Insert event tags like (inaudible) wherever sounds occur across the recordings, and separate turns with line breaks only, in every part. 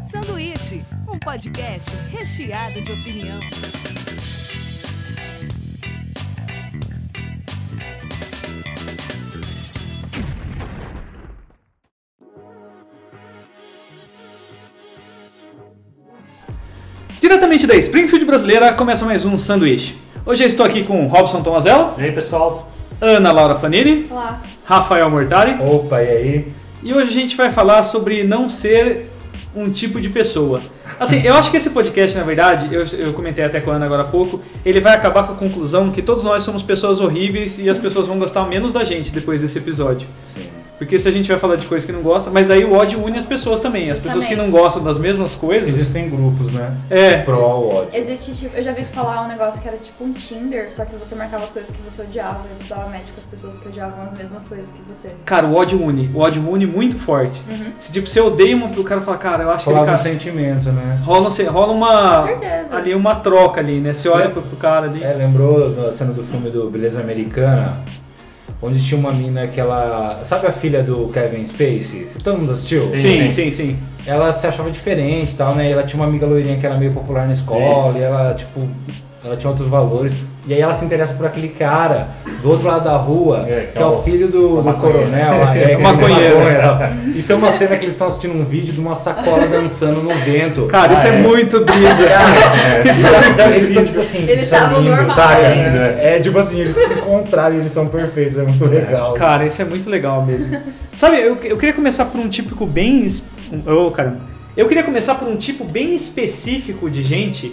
Sanduíche, um podcast recheado de opinião.
Diretamente da Springfield Brasileira, começa mais um Sanduíche. Hoje eu estou aqui com Robson Tomazella,
E aí, pessoal?
Ana Laura Fanini,
Olá.
Rafael Mortari
Opa, e aí?
e hoje a gente vai falar sobre não ser um tipo de pessoa. Assim, eu acho que esse podcast, na verdade, eu, eu comentei até com a Ana agora há pouco, ele vai acabar com a conclusão que todos nós somos pessoas horríveis e as pessoas vão gostar menos da gente depois desse episódio.
Sim.
Porque se a gente vai falar de coisa que não gosta, mas daí o ódio une as pessoas também. As pessoas que não gostam das mesmas coisas.
Existem grupos, né?
É,
Pro ao ódio.
Existe tipo, eu já vi falar um negócio que era tipo um Tinder, só que você marcava as coisas que você odiava e você dava match com as pessoas que odiavam as mesmas coisas que você.
Cara, o ódio une. O ódio une muito forte.
Uhum.
Se tipo, você odeia uma, o cara fala, cara, eu acho que ele,
Falava um
cara,
sentimento, né?
rola, um- rola uma.
Com certeza.
Ali uma troca ali, né? Você olha
É.
pro, pro cara ali.
É, lembrou da cena do filme do Beleza Americana? Onde tinha uma mina que ela. Sabe a filha do Kevin Spacey? Todo mundo assistiu?
sim, sim, sim.
Ela se achava diferente e tal, né? E ela tinha uma amiga loirinha que era meio popular na escola,
Isso.
e ela, tipo, ela tinha outros valores. E aí ela se interessa por aquele cara do outro lado da rua,
É,
que, é o filho do, do coronel. lá,
É,
que ele
maconheiro.
(laughs) maconheiro. E tem uma cena que eles estão assistindo um vídeo de uma sacola dançando no vento.
Cara, isso
Ah,
é,
é.
muito
(laughs)
brisa.
Isso é- (laughs) eles estão tipo assim,
Eles
isso é
estavam
lindo,
normais,
sabe?
né?
É tipo assim, eles se encontraram e eles são perfeitos, é muito legal.
cara, isso é muito legal
(laughs)
mesmo. Sabe, eu, eu queria começar por um típico bem. es- Ô, caramba. Eu queria começar por um tipo bem específico de gente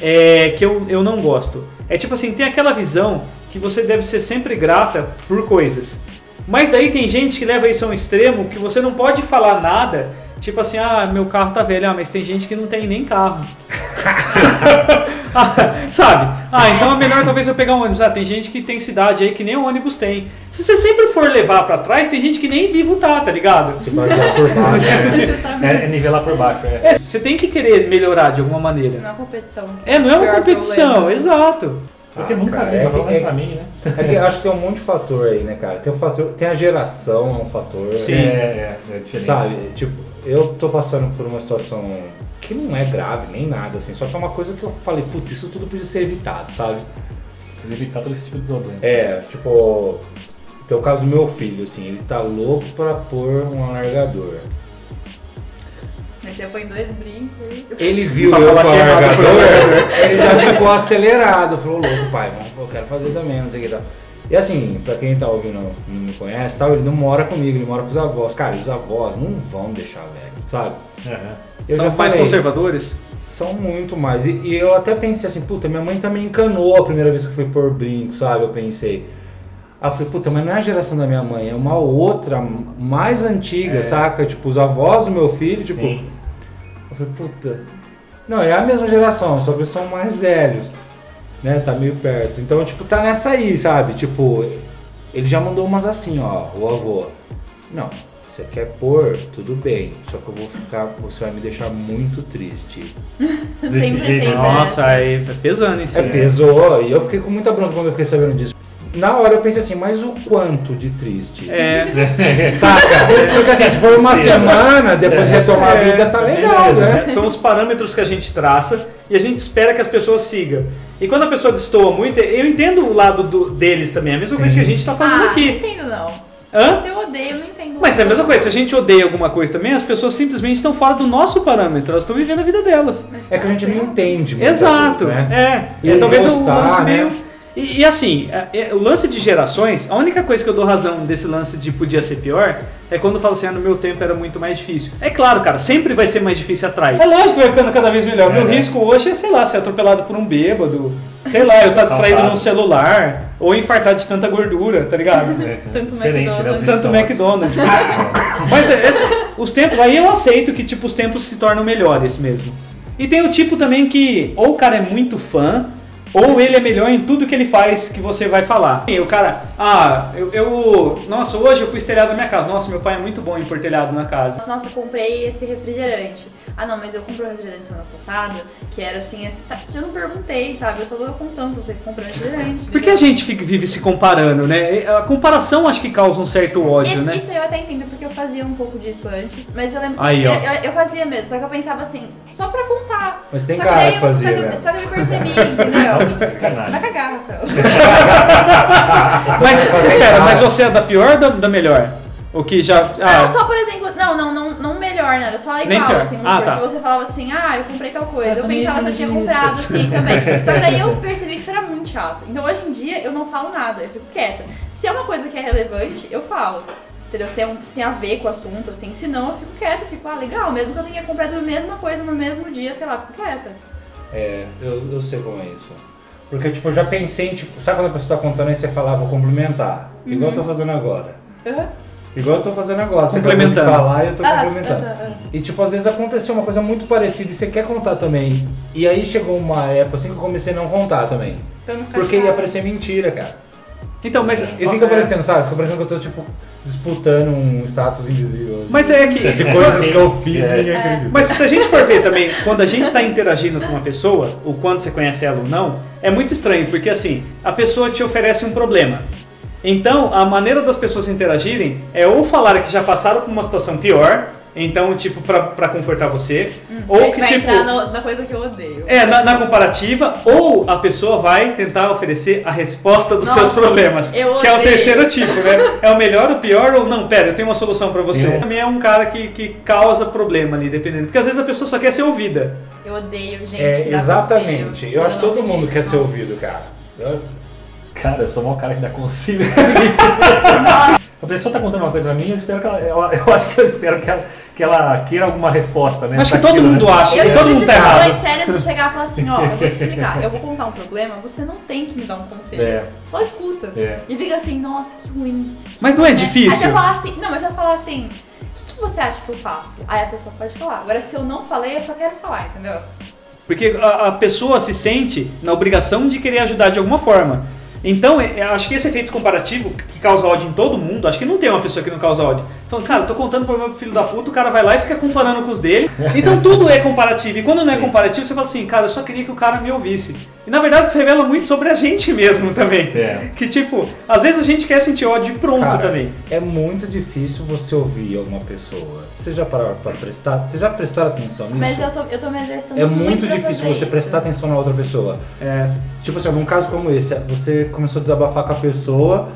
é, que eu, eu não gosto. É tipo assim, tem aquela visão que você deve ser sempre grata por coisas. Mas daí tem gente que leva isso a um extremo que você não pode falar nada. Tipo assim, ah, meu carro tá velho, ah, mas tem gente que não tem nem carro. (laughs) Ah, sabe? Ah, então é melhor talvez eu pegar um ônibus. Ah, tem gente que tem cidade aí que nem o ônibus tem. Se você sempre for levar pra trás, tem gente que nem vivo tá, tá ligado?
Se basear por baixo. né?
É, é nivelar por baixo, é.
É, você tem que querer melhorar de alguma
Não
maneira.
é uma competição.
É, não é uma
Pior
competição,
problema.
exato.
Porque
Ah,
nunca
cara,
vi,
é-
mas pelo menos
é-
pra mim, né?
É que eu acho que tem um monte de fator aí, né, cara? Tem o fator, tem a geração, é um fator.
Sim.
É, é, é diferente.
Sabe? Tipo, eu tô passando por uma situação que não é grave nem nada, assim, só que é uma coisa que eu falei, puta, isso tudo podia ser evitado, sabe?
Você deve evitar todo esse tipo de problema.
É, tipo, tem o caso do meu filho, assim, ele tá louco pra pôr um alargador.
Né? Você põe dois brincos
(laughs)
e.
Ele viu
Pra
eu com
falar
o
que é errado,
alargador,
foi.
ele já ficou acelerado. Falou, louco, pai, vamos- eu quero fazer também, não sei o que e tal. E assim, pra quem tá ouvindo e não me conhece e tal, ele não mora comigo, ele mora com os avós. Cara, os avós não vão deixar velho, sabe?
Aham.
Eu
São
já
mais
falei,
conservadores?
São muito mais. E, e eu até pensei assim, puta, minha mãe também encanou a primeira vez que eu fui pôr brinco, sabe? Eu pensei. Aí eu falei, puta, mas não é a geração da minha mãe, é uma outra, mais antiga, saca? Tipo, os avós do meu filho, tipo.
Sim.
Eu falei, puta. Não, é a mesma geração, só que eles são mais velhos. Né? Tá meio perto. Então, tipo, tá nessa aí, sabe? Tipo, ele já mandou umas assim, ó, o avô. Não, você quer pôr, tudo bem. Só que eu vou ficar. Você vai me deixar muito triste.
Desse
(laughs) Sempre
jeito,
tem,
Nossa,
né?
aí tá pesando isso.
É,
né?
pesou. E eu fiquei com muita bronca quando eu fiquei sabendo disso. Na hora eu pensei assim, mas o quanto de triste?
É,
(laughs) Saca? Porque assim, se for uma
Tristeza.
semana, depois
É.
retomar
É.
a vida, tá legal,
Beleza,
né?
né? São os parâmetros que a gente traça e a gente espera que as pessoas sigam. E quando a pessoa destoa muito, eu entendo o lado do- deles também. É a mesma coisa que a gente tá falando
Ah, não
aqui.
entendo não.
Hã?
Se eu odeio, eu não entendo.
Mas é a
não.
mesma coisa, se a gente odeia alguma coisa também, as pessoas simplesmente estão fora do nosso parâmetro, elas estão vivendo a vida delas.
Mas
É que a gente não entende. muitas
Exato,
vezes, né?
é.
E
é talvez eu
gostar,
lance
né?
meio... E, e assim, é- é- o lance de gerações, a única coisa que eu dou razão desse lance de podia ser pior é quando eu falo assim, ah, no meu tempo era muito mais difícil. É claro, cara, sempre vai ser mais difícil atrás. É lógico que vai ficando cada vez melhor.
É,
meu
né?
risco hoje é, sei lá, ser atropelado por um bêbado, sei lá, eu estar distraído
Assaltado.
num celular, ou infartar de tanta gordura, tá ligado?
É,
Tanto
diferente, né?
McDonald's.
Os
Tanto
sintomas.
McDonald's. (laughs) Mas é, esse- os tempos, aí eu aceito que tipo, os tempos se tornam melhores mesmo. E tem o tipo também que ou o cara é muito fã, ou ele é melhor em tudo que ele faz que você vai falar. E o cara, ah, eu, eu- Nossa, hoje eu pus telhado na minha casa. Nossa, meu pai é muito bom em pôr telhado na casa.
Nossa, nossa, comprei esse refrigerante. Ah não, mas eu comprei um refrigerante semana passada, que era assim, esse tá- eu não perguntei, sabe? Eu só tô contando pra você que comprou um refrigerante.
Por que a gente fica- vive se comparando, né? A comparação acho que causa um certo ódio,
Esse-
né?
Isso eu até entendo, porque eu fazia um pouco disso antes, mas eu lembro.
Aí,
eu,
ó.
eu- eu fazia mesmo, só que eu pensava assim, só pra contar.
Mas tem
só
cara
daí
que
eu-
fazia, né?
só que eu-
velho.
Só que eu me percebi,
(laughs)
entendeu? Vai
Sacanagem.
cagar, então. Rafael.
Mas,
fazer
pera,
nada.
mas você é da pior ou da, da melhor? O que já.
Não,
Ah,
só por exemplo, não, não, não, não melhor, né? Era só
Nem
igual,
pior.
assim, vamos
Ah,
supor,
tá.
se você falava assim, ah, eu comprei tal coisa,
Eu
eu,
também
pensava se eu
fazia
tinha
isso.
comprado,
(laughs)
assim, também. Só que daí eu percebi que isso era muito chato. Então hoje em dia eu não falo nada, eu fico quieta. Se é uma coisa que é relevante, eu falo. Entendeu? Se tem, um- se tem a ver com o assunto, assim, se não, eu fico quieta, eu fico, ah, legal, mesmo que eu tenha comprado a mesma coisa no mesmo dia, sei lá, eu fico quieta.
É, eu, eu sei como é isso. Porque, tipo, eu já pensei, em, tipo, sabe quando a pessoa tá contando e você fala, vou complementar? Igual eu tô fazendo agora.
Aham.
Igual eu tô fazendo agora. Você
Complementando.
acabou de falar e eu tô
Ah,
complementando.
ah, ah,
E, tipo, às vezes aconteceu uma coisa muito parecida e você quer contar também. E aí chegou uma época assim que eu comecei a não contar também.
Pra eu não ficar
Porque ia
chateada.
parecer mentira, cara.
então, mas.
E
É.
fica parecendo, sabe? Fica parecendo que eu tô, tipo, disputando um status invisível.
Mas é que.
De coisas que eu fiz
É.
e ninguém acredita.
Mas se a gente for ver também, quando a gente está interagindo com uma pessoa, ou quando você conhece ela ou não, é muito estranho, porque assim, a pessoa te oferece um problema. Então, a maneira das pessoas interagirem é ou falar que já passaram por uma situação pior, então, tipo, pra, pra confortar você, ou
Hum, Vai-
que,
vai
tipo,
entrar no- na coisa que eu odeio.
é, na, na comparativa, ou a pessoa vai tentar oferecer a resposta dos
Nossa,
seus problemas.
eu
que é o
odeio.
terceiro tipo, né? É o melhor, o pior, ou não, pera, eu tenho uma solução pra você.
Eu-
Também é um cara que, que causa problema ali, dependendo. Porque às vezes a pessoa só quer ser ouvida.
Eu odeio, gente.
É,
que dá
exatamente.
conselho.
Eu acho que
não
todo mundo
acredito.
quer ser
Nossa.
ouvido, cara. Eu-
Cara, eu sou o maior cara que
(laughs)
dá conselho. (laughs) A pessoa tá contando uma coisa pra mim, eu espero que ela. ela- eu acho que eu espero que ela, que ela queira alguma resposta, né?
Acho que
daquilo,
todo mundo
né?
acha,
Eu
que todo
já
mundo
tive
tá
discussões
errado.
sérias de é chegar e falar assim, ó, eu vou te explicar, eu vou contar um problema, você não tem que me dar um conselho.
É.
Só escuta.
É.
E fica assim, nossa, que ruim.
Mas não é
né? Aí você
difícil.
falar assim, não, mas eu falar assim, o que, que você acha que eu faço? Aí a pessoa pode falar. Agora, se eu não falei, eu só quero falar, entendeu?
Porque a, a pessoa se sente na obrigação de querer ajudar de alguma forma. Então, é- é- acho que esse efeito comparativo que causa ódio em todo mundo, acho que não tem uma pessoa que não causa ódio. Falando, cara, eu tô contando o problema pro filho da puta, o cara vai lá e fica comparando com os dele. Então tudo é comparativo. E quando não é
Sim.
comparativo, você fala assim, cara, eu só queria que o cara me ouvisse. E na verdade isso revela muito sobre a gente mesmo também.
É.
Que tipo, às vezes a gente quer sentir ódio e pronto
Cara,
também.
É muito difícil você ouvir alguma pessoa. Você já parou pra prestar? Você já prestaram atenção nisso?
Mas eu tô, eu tô me exercitando
É
muito
muito
pra
difícil
fazer
você
isso.
prestar atenção na outra pessoa.
É.
Tipo assim, num caso como esse, você começou a desabafar com a pessoa,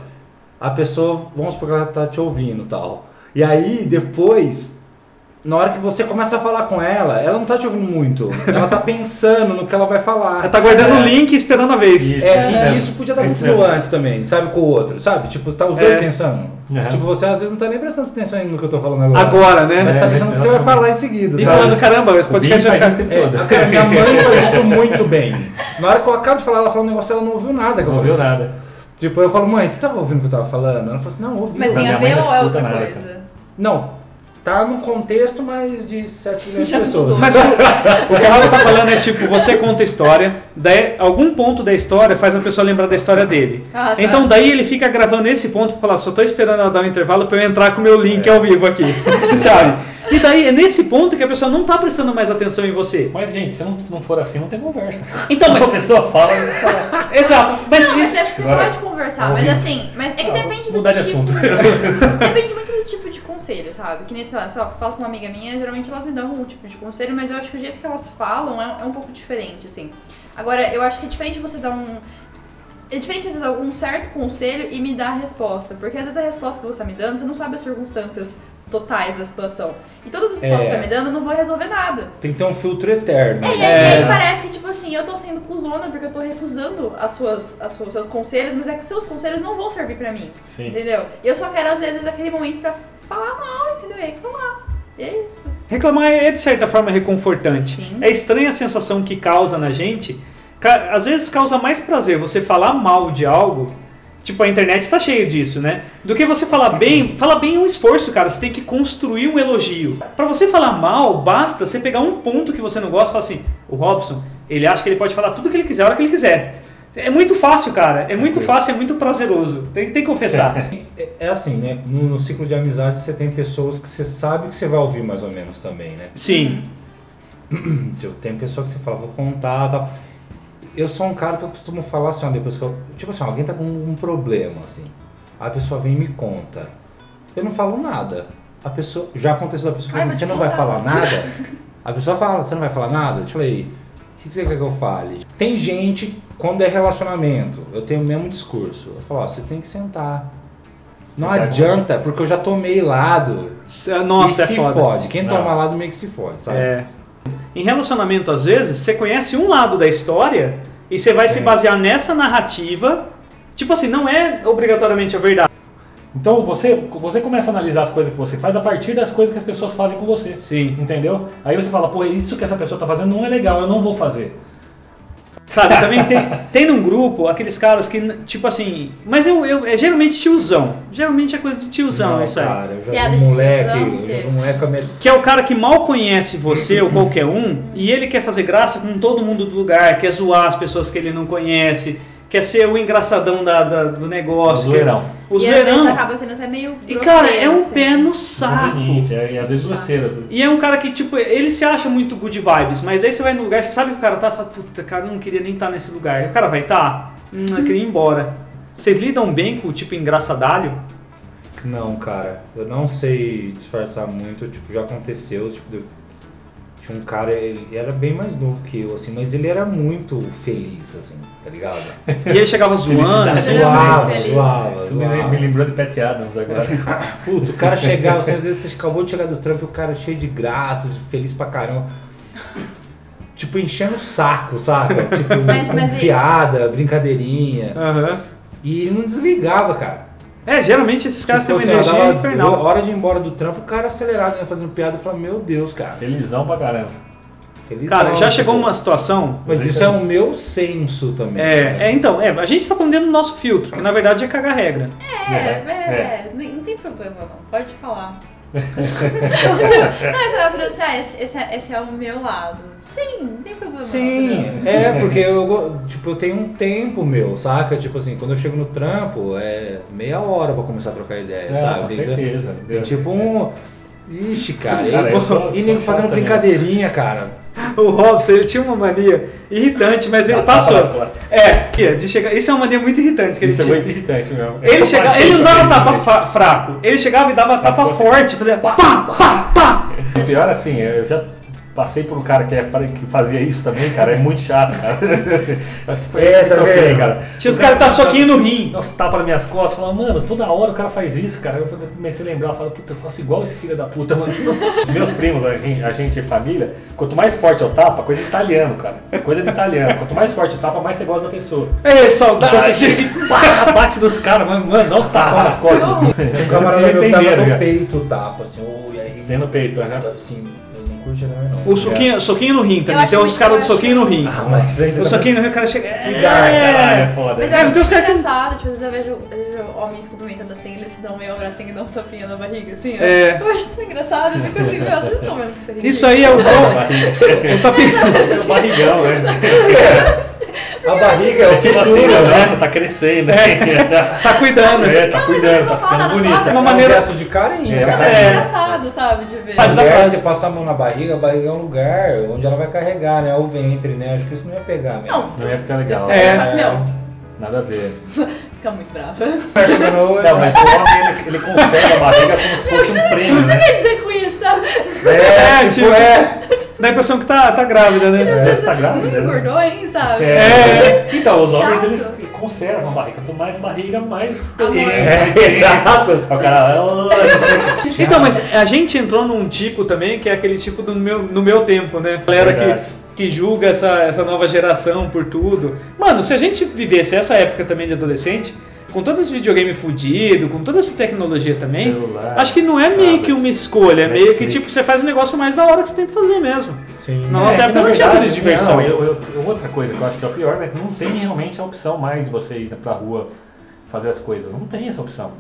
a pessoa, vamos supor que ela tá te ouvindo e tal. E aí, depois, na hora que você começa a falar com ela, ela não tá te ouvindo muito. Ela tá (laughs) pensando no que ela vai falar.
Ela tá né? guardando
É.
o link e esperando a vez.
Isso,
É, e
mesmo.
isso podia estar
É isso
acontecendo
mesmo.
antes também, sabe? Com o outro, sabe? Tipo, tá os
É.
dois pensando.
Aham.
Tipo, você às vezes não tá nem prestando atenção no que eu tô falando agora.
Agora, né?
Mas
É,
tá
mas
pensando o que
ela
você vai
tá-
falar em seguida,
E
sabe?
falando, caramba, esse
O Bim
podcast vai
faz
ficar
isso o tempo
É,
todo.
cara, minha mãe faz isso muito bem. Na hora que eu acabo de falar, ela fala um negócio, ela não ouviu nada que eu
Não ouviu
falei.
nada.
Tipo, eu falo, mãe, você tava ouvindo o que eu tava falando? Ela falou assim, não, ouvi.
Mas
Pra
tem a
minha mãe
ver
não
ou é outra
escuta nada,
coisa?
Não, tá num contexto, mas de 7 milhões de
Já
pessoas. né?
Mas o o que ela tá falando é tipo, você conta a história, daí algum ponto da história faz a pessoa lembrar da história dele.
Ah, tá.
Então daí ele fica gravando esse ponto pra falar, só tô esperando ela dar um intervalo pra eu entrar com o meu link ao vivo aqui, sabe? E daí é nesse ponto que a pessoa não tá prestando mais atenção em você.
Mas, gente, se não, não for assim, não tem conversa.
Então,
Quando
(laughs)
mas...
a pessoa fala, não fala.
Exato, mas
Não, mas
isso...
eu acho que você
Agora,
pode conversar, mas
ouvindo.
assim, mas é que depende do
mudar de
tipo.
assunto. (laughs)
Depende muito do tipo de conselho, sabe? Que nem, sei lá, se eu falo com uma amiga minha, geralmente elas me dão um tipo de conselho, mas eu acho que o jeito que elas falam é, é um pouco diferente, assim. Agora, eu acho que é diferente você dar um. É diferente, às vezes, um certo conselho e me dar a resposta. Porque às vezes a resposta que você tá me dando, você não sabe as circunstâncias totais da situação. E todas as respostas
É.
que você tá me dando não vão resolver nada.
Tem que ter um filtro eterno.
É, e aí, e aí parece que, tipo assim, eu tô sendo cuzona porque eu tô recusando as suas, as suas, seus conselhos, mas é que os seus conselhos não vão servir pra mim.
Sim.
Entendeu? E eu só quero, às vezes, aquele momento pra falar mal, entendeu? E aí falar. E é isso.
Reclamar é de certa forma reconfortante.
Sim.
É estranha a sensação que causa na gente. Ca- Às vezes causa mais prazer você falar mal de algo. Tipo, a internet tá cheio disso, né? Do que você falar
Uhum.
bem. Falar bem é um esforço, cara. Você tem que construir um elogio. Pra você falar mal, basta você pegar um ponto que você não gosta e falar assim: o Robson, ele acha que ele pode falar tudo que ele quiser, a hora que ele quiser. É muito fácil, cara. É muito
Tranquilo.
fácil, é muito prazeroso. Tem, tem que
(laughs)
confessar.
É- É assim, né? No, no ciclo de amizade você tem pessoas que você sabe que você vai ouvir mais ou menos também, né?
Sim.
Tipo, Tem pessoa que você fala, vou contar tal. Eu sou um cara que eu costumo falar assim, ó, depois que eu. Tipo assim, alguém tá com um problema, assim. A pessoa vem e me conta. Eu não falo nada. A pessoa. Já aconteceu da pessoa
Ai,
falando,
vou
você
te
não vai
contar."
falar nada? A pessoa fala, você não vai falar nada? Eu te falei, o que que você quer que eu fale? Tem gente, quando é relacionamento, eu tenho o mesmo discurso. Eu falo, ó, você tem que sentar. Não
Sentar com você.
adianta, porque eu já tomei lado.
S- Nossa,
e
é
se
foda.
fode. Quem
Não.
toma lado meio que se fode, sabe?
É. Em relacionamento, às vezes, você conhece um lado da história e você vai se basear nessa narrativa. Tipo assim, não é obrigatoriamente a verdade.
Então você, você começa a analisar as coisas que você faz a partir das coisas que as pessoas fazem com você.
Sim.
Entendeu? Aí você fala, pô, isso que essa pessoa tá fazendo não é legal, eu não vou fazer.
Sabe, também tem, tem num grupo aqueles caras que, tipo assim. Mas eu, eu é geralmente tiozão. Geralmente é coisa de tiozão
Não,
isso aí.
cara, eu já
Piada
vi
de
um moleque,
tiozão,
eu já vi um moleque com a minha...
Que é o cara que mal conhece você ou qualquer um, e ele quer fazer graça com todo mundo do lugar, quer zoar as pessoas que ele não conhece, quer ser o engraçadão da, da- do negócio.
O É zoeirão.
quer- O
e às vezes
zoeirão.
acaba sendo até meio
E
grosseiro,
cara, é um
assim.
pé no saco.
Inconveniente, é- E às vezes grosseiro.
E é um cara que, tipo, ele se acha muito good vibes, mas daí você vai num lugar, você sabe que o cara tá, fala, puta, cara, eu não queria nem estar nesse lugar. E o cara vai tá, hum, eu queria ir embora. Vocês lidam bem com o tipo engraçadalho?
Não, cara, eu não sei disfarçar muito, tipo, já aconteceu, tipo, deu- tinha um cara, ele era bem mais novo que eu, assim, mas ele era muito feliz, assim, tá
(laughs)
ligado?
E ele
(laughs)
chegava zoando,
Felicidade.
assim,
Ele era muito
zoava,
feliz.
zoava,
Isso me, me
zoava.
lembrou de Pat
(laughs)
Adams agora.
Puto, o cara chegava, assim, às vezes você acabou de chegar do trampo e o cara cheio de graça, feliz pra caramba. Tipo, enchendo o saco, sabe? Tipo,
(laughs) Mas- mas
com
e-
piada, brincadeirinha.
Aham.
E ele não desligava, cara.
É, geralmente esses caras
Tipo,
têm uma
assim,
energia
dava
infernal.
Hora de ir embora do trampo, o cara acelerado, né, fazendo piada, eu falava, meu Deus, cara.
Felizão pra caramba.
Feliz
Cara,
é
não,
já
tipo,
chegou uma situação.
Mas isso é o meu senso também.
É, é, então, é, a gente tá falando dentro do nosso filtro, que na verdade é cagar regra.
Né?
É, é, não- não tem problema não, pode (laughs) falar. não, você vai falando assim, ah, esse, esse é, esse é o meu lado. Sim, não tem problema. não.
Sim, é, porque eu, go- tipo, eu tenho um tempo meu, saca? Tipo assim, quando eu chego no trampo, é meia hora pra começar a trocar ideia,
É, com
sabe? Então,
certeza.
tem tipo um. Ixi, cara,
Cara,
e-
eu sou-
e
sou
nego
chato né?
fazendo
também.
brincadeirinha, cara.
O Robson, ele tinha uma mania irritante, mas ele
Dá tapa nas
passou.
costas.
É, que é, de chegar. Isso é uma mania muito irritante que ele
Isso é
tinha.
muito irritante mesmo.
Ele,
É,
Eu
chegava,
parei
ele não
pra
dava
pensar
tapa
nisso.
fa- fraco, ele chegava e dava tapa forte, fazia pá, pá, pá.
O pior assim, eu já passei por um cara que, é, pare- que fazia isso também, cara. É muito chato, cara. (laughs) Acho que foi
É,
eu que
tá
troquei,
vendo?
cara.
Tinha os caras tá soquinho no rim.
Nossa, tapa nas minhas costas, falava, mano, toda hora o cara faz isso, cara. Eu comecei a lembrar, eu falava, puta, eu faço igual esse filho da puta, mano. (laughs) Os meus primos, a gente, a gente é família, quanto mais forte eu tapa, coisa de italiano, cara. Coisa de italiano. Quanto mais forte o tapa, mais você gosta da pessoa.
tá
Ei,
Então você
É,
tira
saudade!
e pá, bate nos caras, mano, mano, dá uns tapas nas costas.
O
(laughs) Os
camarada meu
caras
tava
entenderam,
no
cara.
peito, tapa, assim, ou e aí.
Tem no peito, aham.
Assim, eu não curti não, não.
O soquinho, soquinho no rim também.
acho
Tem uns
muito-
caras do
eu acho- é
soquinho no rim.
Ah, mas ainda
O soquinho no rim, o cara chega.
Caralho, é
É.
foda.
Mas
É,
eu acho
tem uns
muito
caras que-
engraçado, tipo, às vezes eu vejo, eu vejo homens cumprimentando assim, eles se dão meio abracinho e dão um tapinha na barriga, assim, ó.
É.
Eu acho tão engraçado, eu fico assim, "Meu, vocês estão vendo que isso é ridículo?"
Isso aí é o Tá dom.
O (laughs) É um barrigão, né?
A barriga é
É
o
tipo assim,
futuro, né?
nossa, tá crescendo. (laughs) É,
Tá cuidando.
tá
mas ele
cuidando,
não
tá
fala
ficando
nada,
bonita.
sabe?
É uma
É um
maneira-
gesto de carinho,
É,
Mas
cara.
é,
É.
engraçado, sabe, de ver.
Mas- dá
Mulher,
pra-
se passar a mão na barriga, a barriga é um lugar onde ela vai carregar, né? O ventre, né? Acho que isso não ia pegar mesmo.
Não,
Não ia ficar legal. né?
É.
mas, meu,
Nada a ver.
fica
(laughs)
muito brava.
Não,
Não, mas o homem, ele, ele conserva a barriga como se fosse um prêmio,
O que
né?
quer dizer com isso, sabe?
É,
É,
tipo,
tipo-
é.
Dá a impressão que tá, tá grávida, né?
Você tá
Não
grávida, né?
engordou, hein, sabe?
É. Então, os homens,
Chato.
eles conservam a barriga. Quanto mais barriga, mais
Amor.
experiência. mais
É,
experiência.
exato.
Aí O cara, "Ah, não sei o que".
Então, mas a gente entrou num tipo também que é aquele tipo do meu, no meu tempo, né? Galera
Verdade.
que, que julga essa, essa nova geração por tudo. Mano, se a gente vivesse essa época também de adolescente, com todo esse videogame fudido, com toda essa tecnologia também,
Celular.
acho que não é meio que uma escolha, é meio que
Netflix.
tipo você faz o negócio mais da hora que você tem que fazer mesmo.
Sim.
Na nossa
É,
época
na
não tinha
verdade,
tudo de diversão.
não, eu- eu- eu- outra coisa que eu acho que é o pior, né? Que não tem realmente a opção mais de você ir pra rua fazer as coisas. Não tem essa opção.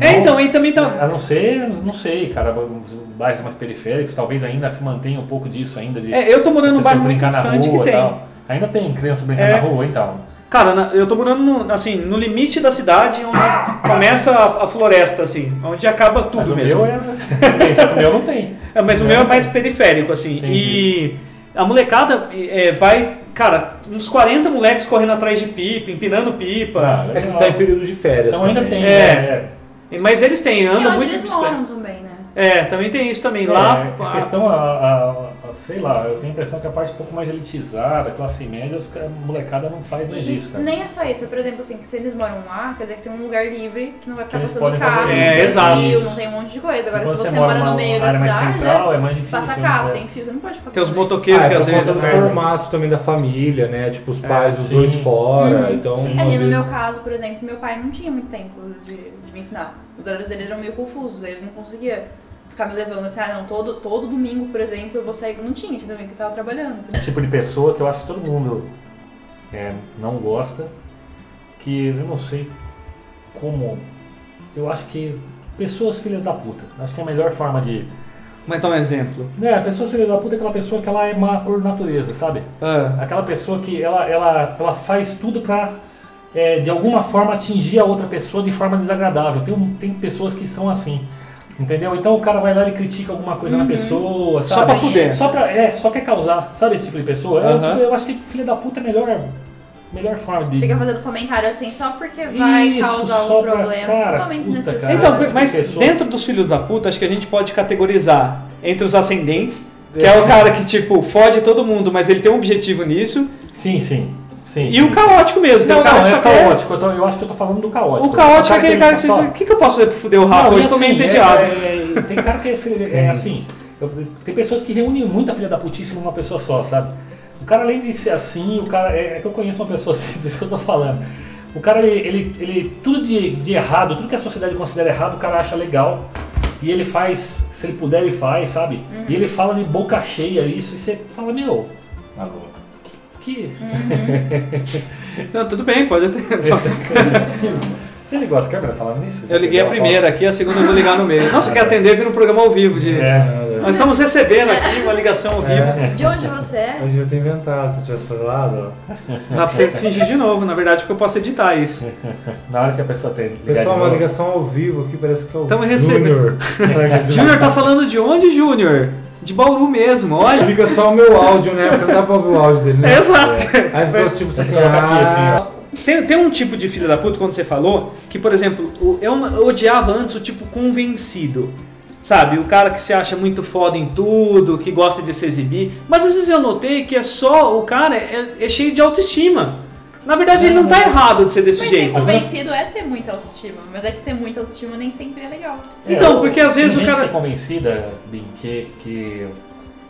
É,
Não-
então, aí também tá.
A não ser, não sei, cara, os bairros mais periféricos, talvez ainda se mantenha um pouco disso ainda de
É, eu tô morando num
pessoas
bairro muito
brincar na
distante
rua
que
e
tem.
tal. Ainda tem crianças brincando
É.
na rua, então.
Cara, na- eu tô morando no, assim, no limite da cidade onde começa a, a floresta, assim, onde acaba tudo
Mas o
mesmo.
meu (laughs) é. Só que o meu não tem.
É, mas o meu é mais periférico, assim.
Entendi.
E A molecada é, vai, cara, uns 40 moleques correndo atrás de pipa, empinando pipa.
Ah,
É que tá em período de férias.
Então ainda
também.
tem,
É.
né?
Mas eles têm,
E
andam
onde
muito de
eles
bicicleta.
moram também, né?
É, também tem isso também.
É,
Lá,
a questão, a, a- a- sei lá, eu tenho a impressão que a parte um pouco mais elitizada, classe média, os cara- a molecada não faz mais
E
isso, cara.
nem é só isso, por exemplo, assim, que se eles moram lá, quer dizer que tem um lugar livre que não vai ficar
Que eles
passando
podem fazer
carro,
isso.
não
É,
tem
exato.
fio, não tem um monte de coisa. Agora,
Quando
se você, mora
numa
no meio da
área mais
cidade,
central, é mais difícil.
passa carro,
né?
tem fio, você não pode ficar
Tem os
fazendo isso.
motoqueiros
Ah,
que
é
às
por
vezes
conta do
perdem.
formato também da família, né? Tipo, os pais, os
sim.
dois fora.
Uhum.
Então,
Sim.
uma
É, e no
vez-
meu caso, por exemplo, meu pai não tinha muito tempo de, de me ensinar. Os horários dele eram meio confusos, ele não conseguia ficar me levando assim, ah não, todo, todo domingo, por exemplo, eu vou sair. Não tinha, tinha domingo que eu tava trabalhando.
um tipo de pessoa que eu acho que todo mundo é, não gosta, que eu não sei como. Eu acho que pessoas filhas da puta. Acho que é a melhor forma de.
Mas dá um exemplo.
Né, pessoa filha da puta é aquela pessoa que ela é má por natureza, sabe?
Ah,
Aquela pessoa que ela, ela, ela faz tudo pra, é, de alguma forma, atingir a outra pessoa de forma desagradável. Tem, um- tem pessoas que são assim. Entendeu? Então o cara vai lá e critica alguma coisa na pessoa,
Uhum. Só
sabe?
pra fuder.
Só pra, é, só quer causar, sabe esse tipo de pessoa? Eu,
Aham.
tipo, eu acho que filha da puta é a melhor, melhor forma de.
Fica fazendo comentário assim só porque vai
Isso,
causar
só
um
pra-
problema.
cara,
totalmente
puta,
desnecessário.
cara.
então,
esse tipo
mas
de pessoa-
dentro dos filhos da puta, acho que a gente pode categorizar entre os ascendentes, que é o cara que, tipo, fode todo mundo, mas ele tem um objetivo nisso,
Sim, sim. sim
e
sim.
o caótico mesmo. Tem
Não,
um cara
não,
que
é
só quer-
caótico. Eu, tô- eu acho que eu tô falando do caótico.
O caótico é
cara
aquele
que
cara que
ele
você
só-
diz, o que, que eu posso fazer pra fuder o Rafa?
e
Hoje tô meio
assim, é-
entediado.
é- tem cara que é, filha- é assim. eu- tem pessoas que reúnem muita filha da putice numa pessoa só, sabe? O cara, além de ser assim, o cara. É, é que eu conheço uma pessoa (laughs) assim, por isso que eu tô falando. O cara, ele. ele, ele- tudo de, de errado, tudo que a sociedade considera errado, o cara acha legal. E ele faz, se ele puder, ele faz, sabe? E ele fala de boca cheia isso, e você fala, meu. Alô. Que.
é. Não, tudo bem, pode até.
Você ligou as câmeras falando nisso?
(laughs) Eu liguei a primeira aqui, a segunda eu vou ligar no meio. Nossa, quer atender, vira um programa ao vivo.
Uhum.
De...
É.
(laughs)
Nós estamos recebendo aqui uma ligação ao vivo.
De onde você é?
Eu devia ter inventado se eu tivesse falado. ó.
Dá pra você fingir de novo, na verdade, porque eu posso editar isso.
Na hora que a pessoa tem. ligar de
Pessoal, uma
novo.
ligação ao vivo aqui, parece que é o
Tamo
Júnior. (laughs)
(laughs)
Júnior tá falando de onde, Júnior? De Bauru mesmo, olha.
Fica só o meu áudio, né? Porque não dá pra ouvir o áudio dele, né?
Exato.
Aí ficou tipo assim,
Esse cara tá aqui, assim, ó.
ah,
Tem, tem um tipo de filho da puta, quando você falou, que, por exemplo, o- eu n- eu odiava antes o tipo convencido. Sabe, o cara que se acha muito foda em tudo, que gosta de se exibir. Mas às vezes eu notei que é só. O cara é, é cheio de autoestima. Na verdade, ele não tá errado de ser desse
Mas ser
jeito.
convencido é ter muita autoestima, mas é que ter muita autoestima nem sempre é legal.
É,
Então,
eu-
porque às
tem
vezes o
gente
cara-
que é convencida, Bim, que, que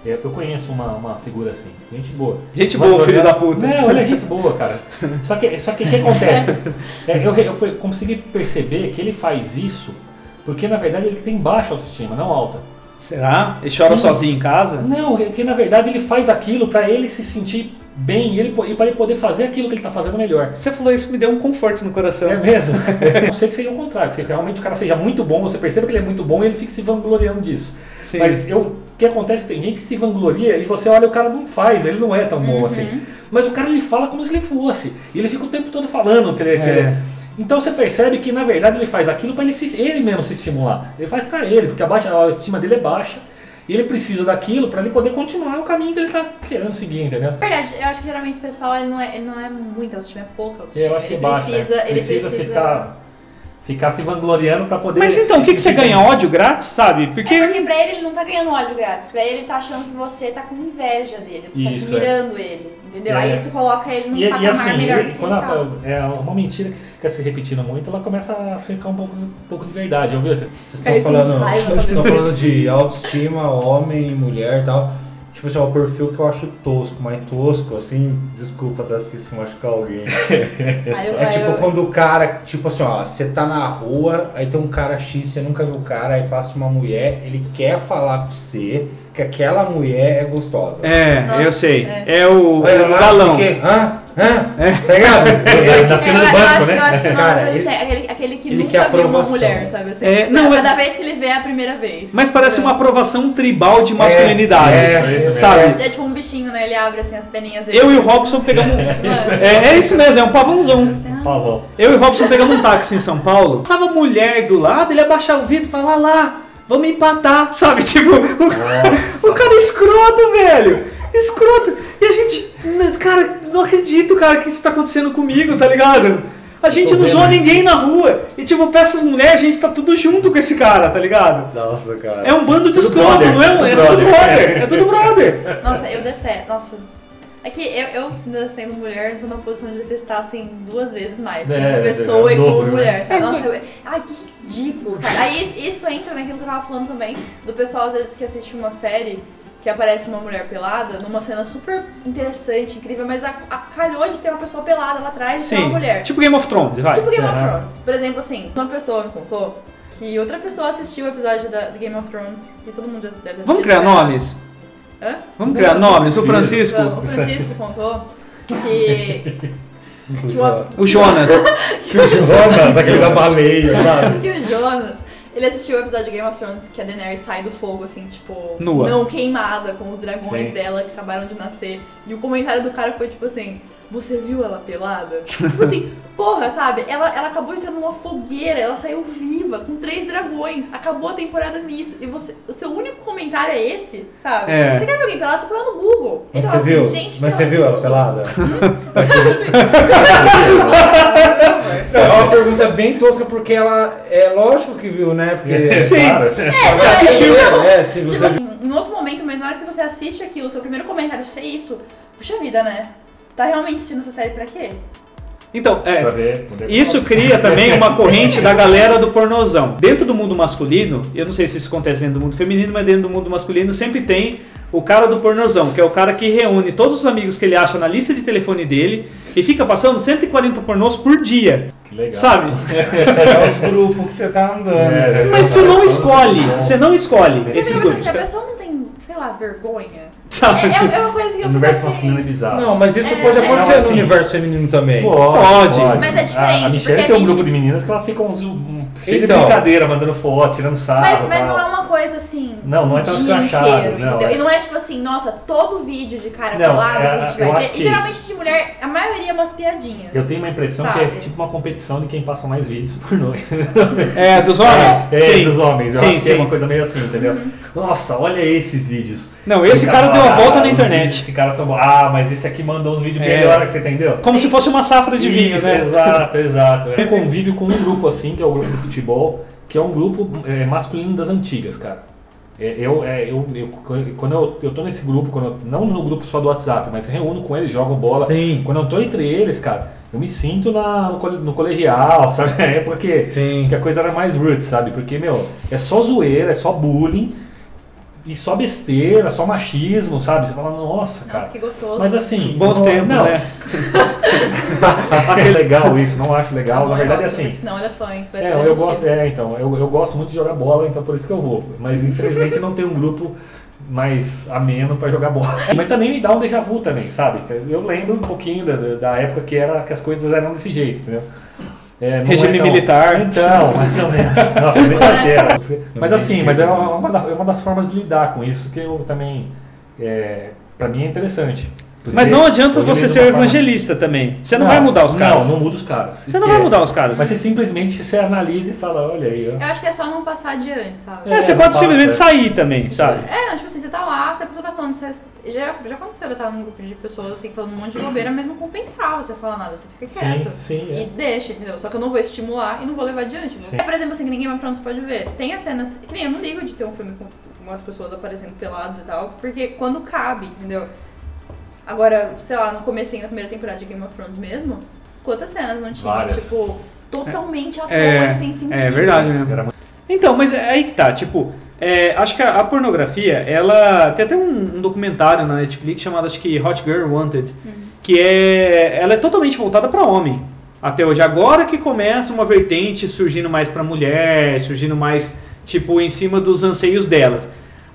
é, eu conheço uma, uma figura assim, gente boa.
Gente
Vai
boa,
olhar-
filho da puta.
Não, ele é gente boa, cara. Só que só que o
(laughs)
que acontece? É, eu, eu per- consegui perceber que ele faz isso porque na verdade ele tem baixa autoestima, não alta.
Será? Ele chora
Sim.
sozinho em casa?
Não, é que na verdade ele faz aquilo pra ele se sentir bem e, ele, po- e para ele poder fazer aquilo que ele tá fazendo melhor.
Você falou isso, me deu um conforto no coração. (laughs)
É mesmo? Não sei que seja o contrário, que seja- realmente o cara seja muito bom, você perceba que ele é muito bom e ele fica se vangloriando disso.
Sim.
Mas eu, o que acontece é que tem gente que se vangloria e você olha o cara não faz, ele não é tão
Uhum.
bom assim. Mas o cara ele fala como se ele fosse. E ele fica o tempo todo falando que ele que
É.
ele- Então você percebe que na verdade ele faz aquilo para ele, se- ele mesmo se estimular. Ele faz para ele, porque a, baixa, a estima dele é baixa. E ele precisa daquilo para ele poder continuar o caminho que ele tá querendo seguir, entendeu?
Na verdade, eu acho que geralmente esse pessoal ele não, é, ele não é muita autoestima, é pouca autoestima.
Eu acho que
ele
baixa.
precisa,
né?
ele precisa.
se ficar, ficar se vangloriando para poder.
Mas então, o que, que você ganha?
ganhou?
Ódio grátis, sabe? Porque.
É porque pra ele ele não tá ganhando ódio grátis, pra ele ele tá achando que você tá com inveja dele, você
Isso,
tá admirando ele, entendeu?
É.
Aí isso coloca ele num
E,
Um patamar
e assim,
melhor do
ele-
que
quando
ele tá.
a- é uma mentira que fica se repetindo muito, ela começa a ficar um pouco, um pouco de verdade, ouviu? Você-
Vocês
Cara,
estão
isso me
falando,
raiva
vocês estão
também.
falando de autoestima, homem, mulher e tal. Tipo assim, ó, o perfil que eu acho tosco, mas tosco, assim, desculpa tá, se isso machucar alguém.
Aí eu-
É
aí
tipo
eu-
quando o cara, tipo assim, ó, você tá na rua, aí tem um cara X, você nunca viu o cara, aí passa uma mulher, ele quer falar com você que aquela mulher é gostosa. "Ah,
É,
Nossa,
eu sei.
é.
É, o,
Olha
o
lá,
galão. É.
você quer, hã? Hã? Tá ligado?
(laughs)
É,
Tá
Eu,
fila do
eu
banco,
acho, eu
né?
acho que o
Cara,
nome pra
ele-
ele é aquele, aquele que
ele quer
nunca viu uma
aprovação.
mulher, sabe? Assim,
É,
Tipo,
não,
cada
é-
vez que ele vê é a primeira vez.
Mas parece uma
entendeu?
aprovação tribal de masculinidade.
é, isso mesmo.
sabe?
É tipo um bichinho, né? Ele abre assim as peninhas dele.
Eu e o Robson pegamos. É, é isso mesmo, é um pavãozão.
Assim, ah,
Pavão.
Eu e o Robson pegamos um táxi em São Paulo. Passava mulher do lado, ele abaixava o vidro e falava "Ah (laughs) lá, vamos empatar, sabe? Tipo, o, cara- o cara é escroto, velho. escroto. E a gente, n- cara, não acredito, cara, que isso tá acontecendo comigo, tá ligado? A gente
tô
não
vendo
zoa
isso.
ninguém na rua. E tipo, pra essas mulheres, a gente tá tudo junto com esse cara, tá ligado?
Nossa, cara.
É um bando de
Tudo
escroto,
brother,
não é? um- É
tudo
tudo
brother.
brother, é tudo brother.
Nossa, eu detesto. Nossa. É que eu, eu ainda sendo mulher, tô numa posição de detestar assim duas vezes mais.
É,
como
é,
pessoa
é,
e como
dobro, né?
mulher. Sabe? Nossa, eu, (laughs) ai, que ridículo. Sabe? Aí isso, isso entra naquilo que eu tava falando também, do pessoal às vezes que assiste uma série que aparece uma mulher pelada numa cena super interessante, incrível, mas a, a- calhou de ter uma pessoa pelada lá atrás e ter É uma
Sim,
mulher.
tipo Game of Thrones, vai.
Tipo Game of
Aham.
Thrones. Por exemplo, assim, uma pessoa me contou que outra pessoa assistiu o episódio da, do Game of Thrones, que todo mundo deve ter assistido.
Vamos criar
né?
nomes?
Hã?
Vamos criar nomes? O
Sim.
Francisco,
O
assim.
Francisco contou
(laughs)
que, que, o,
o Jonas.
Que o Jonas, (laughs) aquele da baleia, sabe?
que o Jonas, ele assistiu o episódio de Game of Thrones que a Daenerys sai do fogo, assim, tipo...
Nua.
Não queimada, com os dragões
Sim.
dela que acabaram de nascer. E o comentário do cara foi, tipo assim... Você viu ela pelada? tipo
(laughs)
assim, porra, sabe? Ela, ela acabou de ter uma fogueira, ela saiu viva, com três dragões. Acabou a temporada nisso. E você, o seu único comentário é esse, sabe?
É.
Você quer ver alguém pelado? Você põe ela no Google.
Mas
Então,
você
assim,
viu?
gente
Mas você
pelada
viu
no
ela
Google.
pelada?
Assim,
Não, (laughs) é uma pergunta bem tosca, porque ela. É lógico que viu, né? Porque.
Sim.
É, Claro.
Já assistiu. É, se
tipo
você.
assim, em outro momento, mas na hora que você assiste aquilo, seu primeiro comentário ser isso, puxa vida, né? Você tá realmente assistindo essa série pra quê?
Então, é,
Pra ver. mulher-
Isso cria também uma corrente da galera do pornozão. Dentro do mundo masculino, eu não sei se isso acontece dentro do mundo feminino, mas dentro do mundo masculino sempre tem o cara do pornozão, que é o cara que reúne todos os amigos que ele acha na lista de telefone dele e fica passando 140 pornôs por dia,
Que legal.
sabe?
Você é (laughs) os grupos que você tá andando.
É,
entendeu?
Mas você não escolhe, você não escolhe
Você assim.
esses
fica pensando,
grupos,
se a pessoa não tem, sei lá, vergonha. É,
(laughs) sabe?
é- é uma coisa que
O
eu
universo
fico assim,
masculino é bizarro.
Não, mas isso
É,
pode
é.
acontecer
Não, assim-
no universo feminino também.
Pode.
Mas é diferente,
A, a Michelle
porque
tem
a
um grupo
gente-
de meninas que elas ficam zo- um- cheio de
Então.
brincadeira, mandando foto, tirando sarro.
Mas, mas
tal.
não é uma coisa assim.
né? Não, não é tão
o dia
escrachado,
inteiro,
não,
entendeu?
é.
E não é tipo assim, nossa, todo vídeo de cara
Não,
pelado
é,
que a gente
eu
vai
acho
ter.
que-
E geralmente de mulher, a maioria é umas piadinhas.
Eu tenho uma impressão que é
Sabe?
tipo uma competição de quem passa mais vídeos (laughs) por noite.
É, dos homens?
É,
Sim.
dos homens. Eu
sim,
acho que
sim.
é
Uhum.
uma coisa meio assim, entendeu? Nossa, olha esses vídeos.
Não, esse
Fica
cara deu uma
falando,
volta
"Ah,
na
os vídeos
internet.
Esse cara são bons. Ah, mas esse aqui mandou uns vídeos
É.
melhor, você entendeu?
Como se fosse uma safra de vinho,
Isso,
né?
Exato, exato. Eu convívio com um grupo assim, que é o grupo do futebol, que é um grupo é, masculino das antigas, cara. É, Eu, é, eu, eu- quando eu, eu tô nesse grupo, quando eu- não no grupo só do WhatsApp, mas reúno com eles, jogo bola.
Sim.
Quando eu tô entre eles, cara, eu me sinto na, no, cole- no colegial, (laughs) sabe? É porque
Sim.
que a coisa era mais roots, sabe? Porque, meu, é só zoeira, é só bullying, e só besteira, só machismo, sabe? Você fala, nossa, cara. (laughs)
Nossa, que gostoso.
Mas assim.
Bons
não-
tempos,
não,
né?
é legal isso, não acho legal.
Não,
Na
eu
verdade é
gosto
assim.
disso, Não, olha só, hein, que você vai
É,
ser
eu
demitido.
gosto, é, então, eu, eu gosto muito de jogar bola, então por isso que eu vou. Mas infelizmente não tem um grupo mais ameno pra jogar bola. (laughs) Mas também me dá um déjà vu também, sabe? Eu lembro um pouquinho da, da época que, era, que as coisas eram desse jeito, entendeu? É, não
Regime
tão-
militar.
Então, mais
(laughs)
ou menos. Nossa, não
é
exagera. Mas assim, mas é uma, uma da- é uma das formas de lidar com isso que eu também. É, pra mim é interessante.
Mas não adianta
Porque
você
mesmo
ser
da forma-
evangelista também. Você não, vai mudar os caras.
Não, não muda os caras.
Você não vai mudar os caras.
Mas você simplesmente você analisa e fala, olha aí, ó.
Eu acho que é só não passar adiante, sabe?
É,
É,
você
não
pode
passa.
simplesmente sair também, sabe?
É, não, tipo assim, você tá lá, se a pessoa tá falando, você já, já aconteceu eu estar num grupo de pessoas assim, falando um monte de bobeira, mas não compensava você falar nada, você fica
Sim,
quieto.
sim.
E
é.
deixa, entendeu? Só que eu não vou estimular e não vou levar adiante.
Sim.
É, por exemplo, assim, que ninguém vai pra onde você pode ver. Tem as cenas. Que nem eu não ligo de ter um filme com umas pessoas aparecendo peladas e tal, porque quando cabe, entendeu? Agora, sei lá, no comecinho da primeira temporada de Game of Thrones mesmo, quantas cenas não tinha,
Várias.
tipo, totalmente à toa
É,
e sem sentido.
é verdade mesmo.
Era muito-
Então, mas é aí que tá, tipo, é, acho que a, a pornografia, ela. Tem até um, um documentário na Netflix chamado acho que Hot Girl Wanted, que é. Ela é totalmente voltada pra homem. Até hoje. Agora que começa uma vertente surgindo mais pra mulher, surgindo mais, tipo, em cima dos anseios delas.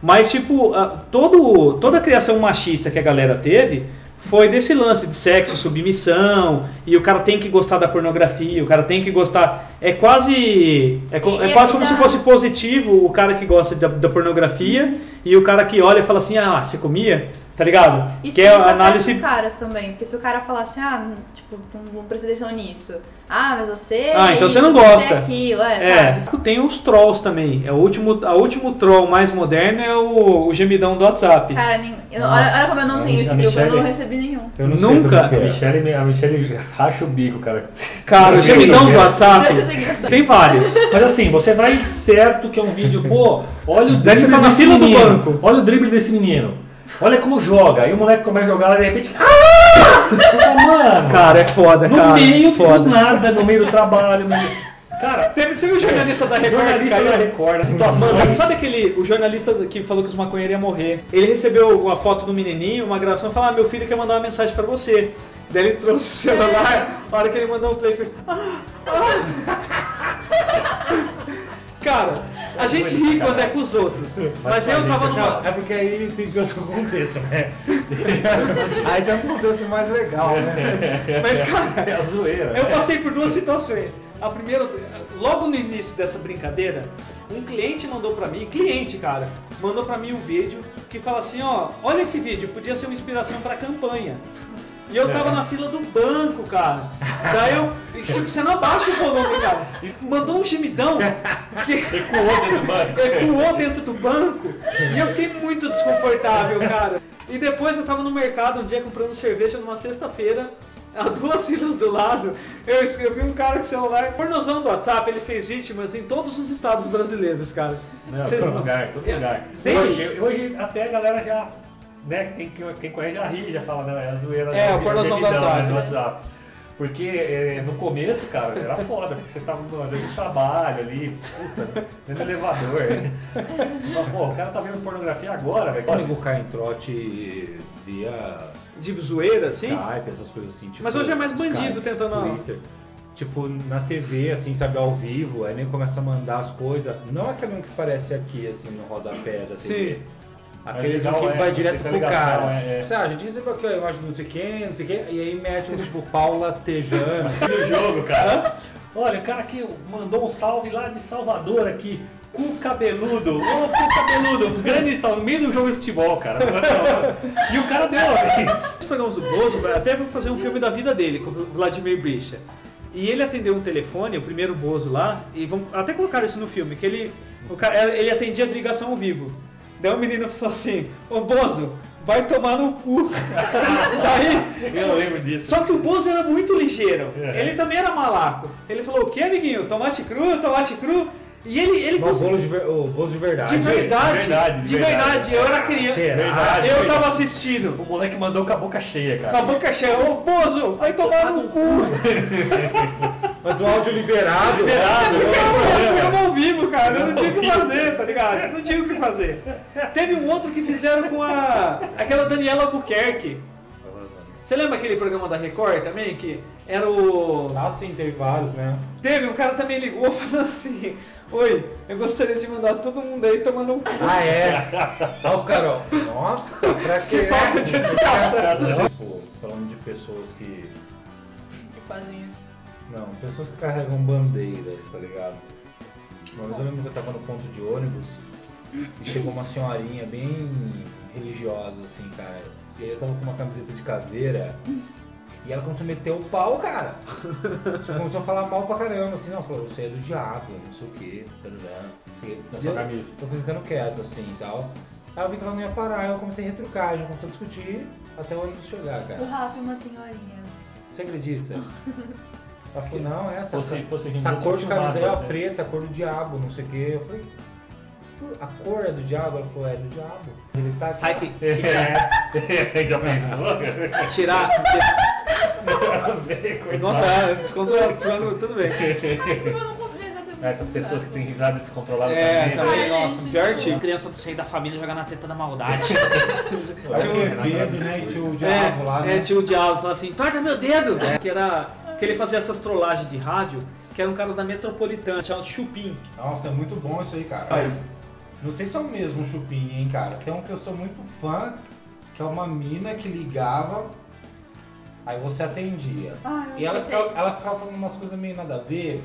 Mas, tipo, a- todo, toda a criação machista que a galera teve foi desse lance de sexo, submissão, e o cara tem que gostar da pornografia, o cara tem que gostar. É quase. É, co-
E-
é
e
quase
a
como se
vida-
fosse positivo o cara que gosta da, da pornografia e o cara que olha e fala assim: ah, você comia? Tá ligado?
Isso,
que é
isso
a
análise...
análise.
os caras também, porque se o cara falasse, ah, não- tipo, não, não prestei atenção nisso. Ah, mas você.
Ah,
é
então
isso,
você não
Você
gosta.
é aquilo, é,
É,
sabe?
tem os trolls também. É o último, a último troll mais moderno é o, o gemidão do WhatsApp.
Cara, nem- eu- olha,
Nossa,
olha como eu não
a
tenho esse
Michelle-
grupo, eu não
Michelle-
recebi nenhum.
Eu não
Nunca.
A
sei também o que é.
Michelle, a Michelle (laughs) racha o bico, cara.
Cara, o
Meu
gemidão do
Deus.
WhatsApp
(laughs) Isso é engraçado.
tem vários.
Mas assim, você vai certo que é um vídeo, pô, olha o
Daí você
drible
tá na
desse
fila do
menino.
banco.
Olha o drible desse menino. Olha como joga. Aí o moleque começa a jogar lá e de repente. Ah! Você fala, Mano,
Cara, é foda,
no
cara.
meio do
foda.
nada, no meio do trabalho. No meio...
(laughs)
Cara,
Teve, você viu o jornalista da Record?
jornalista
cara?
da Record,
Mano,
situações.
Então, sabe aquele o jornalista que falou que os maconheiros iam morrer? Ele recebeu uma foto do menininho, uma gravação, e falou: ah, meu filho quer mandar uma mensagem pra você. Daí ele trouxe o celular, a hora que ele mandou o play, foi. Ah, ah. (laughs) Cara, a gente ri quando é com os outros. Mas eu tava numa.
Não, é porque aí tem que ter o contexto, né? aí tem um contexto mais legal, né?
Mas, cara,
É a zoeira.
Eu passei por duas situações. A primeira, logo no início dessa brincadeira, um cliente mandou pra mim, cliente, cara, mandou pra mim um vídeo que fala assim, ó, olha esse vídeo, podia ser uma inspiração pra campanha. E eu
É.
tava na fila do banco, cara. Daí eu, e, tipo, você não abaixa o volume, cara. Mandou um gemidão que
Ecoou dentro do
(laughs)
banco.
ecoou dentro do banco e eu fiquei muito desconfortável, cara. E depois eu tava no mercado um dia comprando cerveja numa sexta-feira, (laughs) a duas filas do lado, eu, eu vi um cara com celular, pornozão do WhatsApp, ele fez vítimas em todos os estados brasileiros, cara.
Não,
Vocês-
todo lugar, todo
É.
lugar.
Tem-
Hoje, hoje até a galera já, né, quem, quem- quem conhece já ri, já fala, não, é a zoeira.
É,
do-
o pornozão do
gemidão, né,
WhatsApp.
do WhatsApp. Porque é, no começo, cara, era foda, porque você tava às vezes no trabalho ali, puta, dentro do elevador. Né? Mas, pô, o cara tá vendo pornografia agora, velho.
É. Pode buscar em trote via
De zoeira, assim.
Tá,
Skype, essas coisas assim. tipo,
Mas hoje é mais bandido
Skype,
tentando-
Twitter. Tipo, na TV, assim, sabe, ao vivo, aí nem começa a mandar as coisas. Não aquele um que parece aqui, assim, no rodapé da TV.
Sim.
Aquele
Mas legal,
que
é,
vai
você
direto
tem
pro
a ligação,
cara.
é, é.
Você acha, diz aqui ó, a imagem do não sei quem, não sei quem, e aí mete (laughs) um tipo Paula Tejano.
do jogo, cara. Olha, o cara que mandou um salve lá de Salvador aqui. Cu cabeludo, ô cu cabeludo, um grande salve, no meio do jogo de futebol, cara. E o cara deu, velho.
Nós pegamos o Bozo, vai- até vou fazer um filme da vida dele, com o Vladimir Bricha. E ele atendeu um telefone, o primeiro Bozo lá, e vão até colocar isso no filme, que ele, o cara, ele atendia de ligação ao vivo. Daí o menino falou assim, ô Bozo, vai tomar no cu. (laughs) Daí,
Eu lembro disso.
só que o Bozo era muito ligeiro,
É.
ele também era malaco. Ele falou, o que amiguinho? Tomate cru, tomate cru? E ele, ele
Mas o
conseguiu-
bolo de, ver- o bolo tipo assim, de verdade.
De verdade, de verdade,
Ah, verdade, de verdade.
eu era criança,
Será?
eu tava assim, assistindo.
O moleque mandou com a boca cheia,
Com a
cara.
boca cheia, ô Bozo, vai tomar no cu.
Mas o áudio liberado.
Liberado.
Porque (laughs) eu não- eu não ao vivo, cara. Eu não tinha o que fazer, tá ligado? Eu não tinha o que fazer. Teve um outro que fizeram com a. aquela Daniela Albuquerque. Você lembra aquele programa da Record também? Que era o.
(laughs) Ah, sim, teve vários, né?
Teve, um cara também ligou (laughs) falando assim. Oi, eu gostaria de mandar todo mundo aí tomar no cu.
Ah, é? (laughs) Olha os caras, ó. Nossa, pra que?
Que falta de educação.
Pô, Tipo, falando de pessoas que.
Que fazem isso.
Não, pessoas que carregam bandeiras, tá ligado? Uma vez eu lembro que eu tava no ponto de ônibus e chegou uma senhorinha bem religiosa, assim, cara. E aí eu tava com uma camiseta de caveira e ela começou a meter o pau, cara. Só começou a falar mal pra caramba, assim, não, falou, você é do diabo, não sei o quê, tarará, não sei o quê.
Na sua
E eu-
camisa. (laughs)
eu fui ficando quieto, assim e tal. Aí eu vi que ela não ia parar, eu comecei a retrucar, já comecei a discutir até o ônibus chegar,
O
cara.
Rafa é uma (laughs) senhorinha.
Você acredita? Ela falou, não, é
Se
essa.
fosse, fosse
Essa
remoto,
cor de
eu filmava
camisa
assim.
é a
você.
preta, a cor do diabo, não sei o quê. Eu falei, "Pô, a cor é do diabo? Ela falou, é do diabo. Ele tá.
Sai que é
É,
(laughs)
já pensou?
tirar. Nossa,
Nossa.
é, descontrolado, descontrolado, tudo bem.
Eu não confio exatamente.
Essas pessoas que têm risada descontrolada
É,
também. né?
também,
Ai,
nossa,
gente.
pior tipo. Criança do seio da família jogar na teta da maldade.
É o Quevedo, né? e Tinha o diabo
É,
lá,
é,
né? É.
tinha o diabo, falava assim, torta meu dedo! Que era. Que ele fazia essas trollagens de rádio, que era um cara da metropolitana, chamado Chupim.
Nossa, é muito bom isso aí, cara. Mas não sei se é o mesmo chupim, hein, cara. Tem um que eu sou muito fã, que é uma mina que ligava, aí você atendia.
Ah, eu
E ela
esqueci.
ficava, ela ficava falando umas coisas meio nada a ver
Uhum.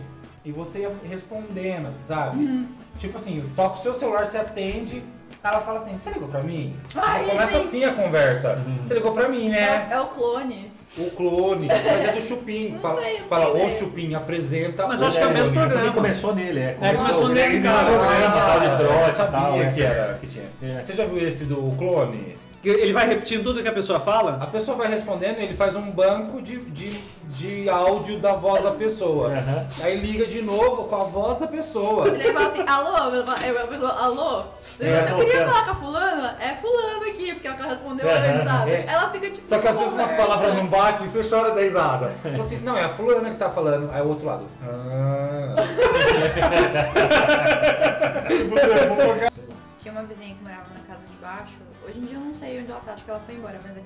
e você ia respondendo, sabe? Tipo assim, toca o seu celular, você atende. Ela fala assim, você ligou pra mim?
Ai,
Tipo, começa
gente.
assim a conversa. Você ligou pra mim, né?
É, o clone.
O clone, mas é do Chupim.
Não
fala,
sei, eu
fala
sei,
o
né?
Chupim, apresenta
Mas
o
acho que é o mesmo
Clone.
programa.
Ele começou nele, é.
começou
o né?
nesse
Greg
cara.
no programa, tal de
né? Eu
trote e
sabia
tal. é.
que era que tinha.
É.
Você já viu esse do clone?
Ele vai repetindo tudo que a pessoa fala?
A pessoa vai respondendo, ele faz um banco de, de, de áudio da voz da pessoa.
é. Aham.
Aí liga de novo com a voz da pessoa.
Ele fala assim, alô, eu, eu, eu, eu- alô? Daí
É,
você queria
voltando.
falar com a fulana? É fulana aqui, porque ela respondeu
É,
antes, sabe?
é.
Ela fica tipo.
Só que às vezes umas
conversa.
palavras não batem e você chora da risada. Fala assim, não, é a fulana que tá falando. Aí o outro lado. (laughs) Ah. é
Tinha uma vizinha que morava na casa de baixo. Hoje em dia eu não sei onde ela tá, acho que ela foi embora, mas é.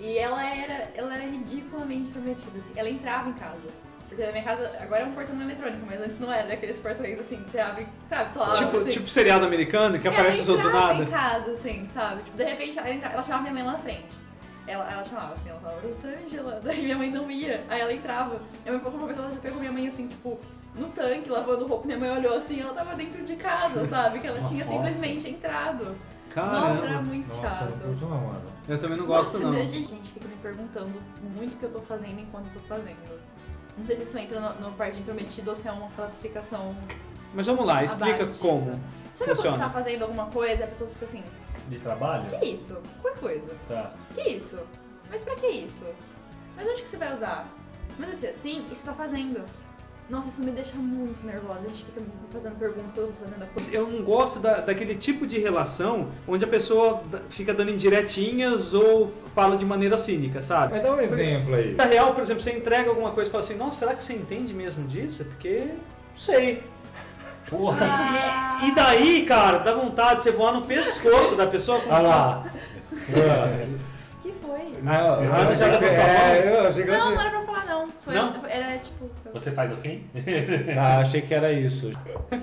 E ela era, ela era ridiculamente intrometida, assim. Ela entrava em casa. Porque na minha casa, agora é um portão eletrônico, mas antes não era aqueles portões assim, que você abre, sabe, só abre,
Tipo,
assim.
tipo seriado americano que aparece só
É, ela
do
entrava
nada.
em casa, assim, sabe? Tipo, de repente, ela, entra- ela chamava minha mãe lá na frente. Ela, ela chamava, assim, ela falava, Rosângela. (laughs) Daí minha mãe não ia. Aí ela entrava. Minha mãe, por uma vez, ela já pegou minha mãe, assim, tipo, no tanque, lavando roupa. Minha mãe olhou, assim, ela tava dentro de (laughs) casa, sabe? Que ela tinha
Nossa.
simplesmente entrado. Nossa, era
Caramba.
muito
Nossa, eu não
chato.
curto não, mano.
Eu também não gosto,
Nossa,
não.
né, gente, gente fica me perguntando muito o que eu tô fazendo enquanto eu tô fazendo. Não sei se isso entra no, no parte de intrometido ou se é uma classificação
Mas vamos lá, Ah, explica
abaixo disso.
como.
Sabe quando
funciona.
você tá fazendo alguma coisa e a pessoa fica assim,
De trabalho?
que isso? Qualquer coisa.
Tá.
Que isso? Mas pra que isso? Mas onde que você vai usar? Mas assim, assim, e você tá fazendo? Nossa, isso me deixa muito nervosa. A gente fica me fazendo perguntas quando eu tô fazendo a coisa.
Eu não gosto da- daquele tipo de relação onde a pessoa da- fica dando indiretinhas ou fala de maneira cínica, sabe?
Mas dá um exemplo aí.
Na real, por exemplo, você entrega alguma coisa e fala assim, nossa, será que você entende mesmo disso? Porque não sei.
Porra.
E daí, cara, dá vontade de você voar no pescoço da pessoa com
Olha Ah lá.
que foi?
ah, já levantou a
É, eu achei que
Não, não
era-
era pra falar não. Foi,
Não?
Era tipo,
Você faz assim?
Ah, achei que era isso.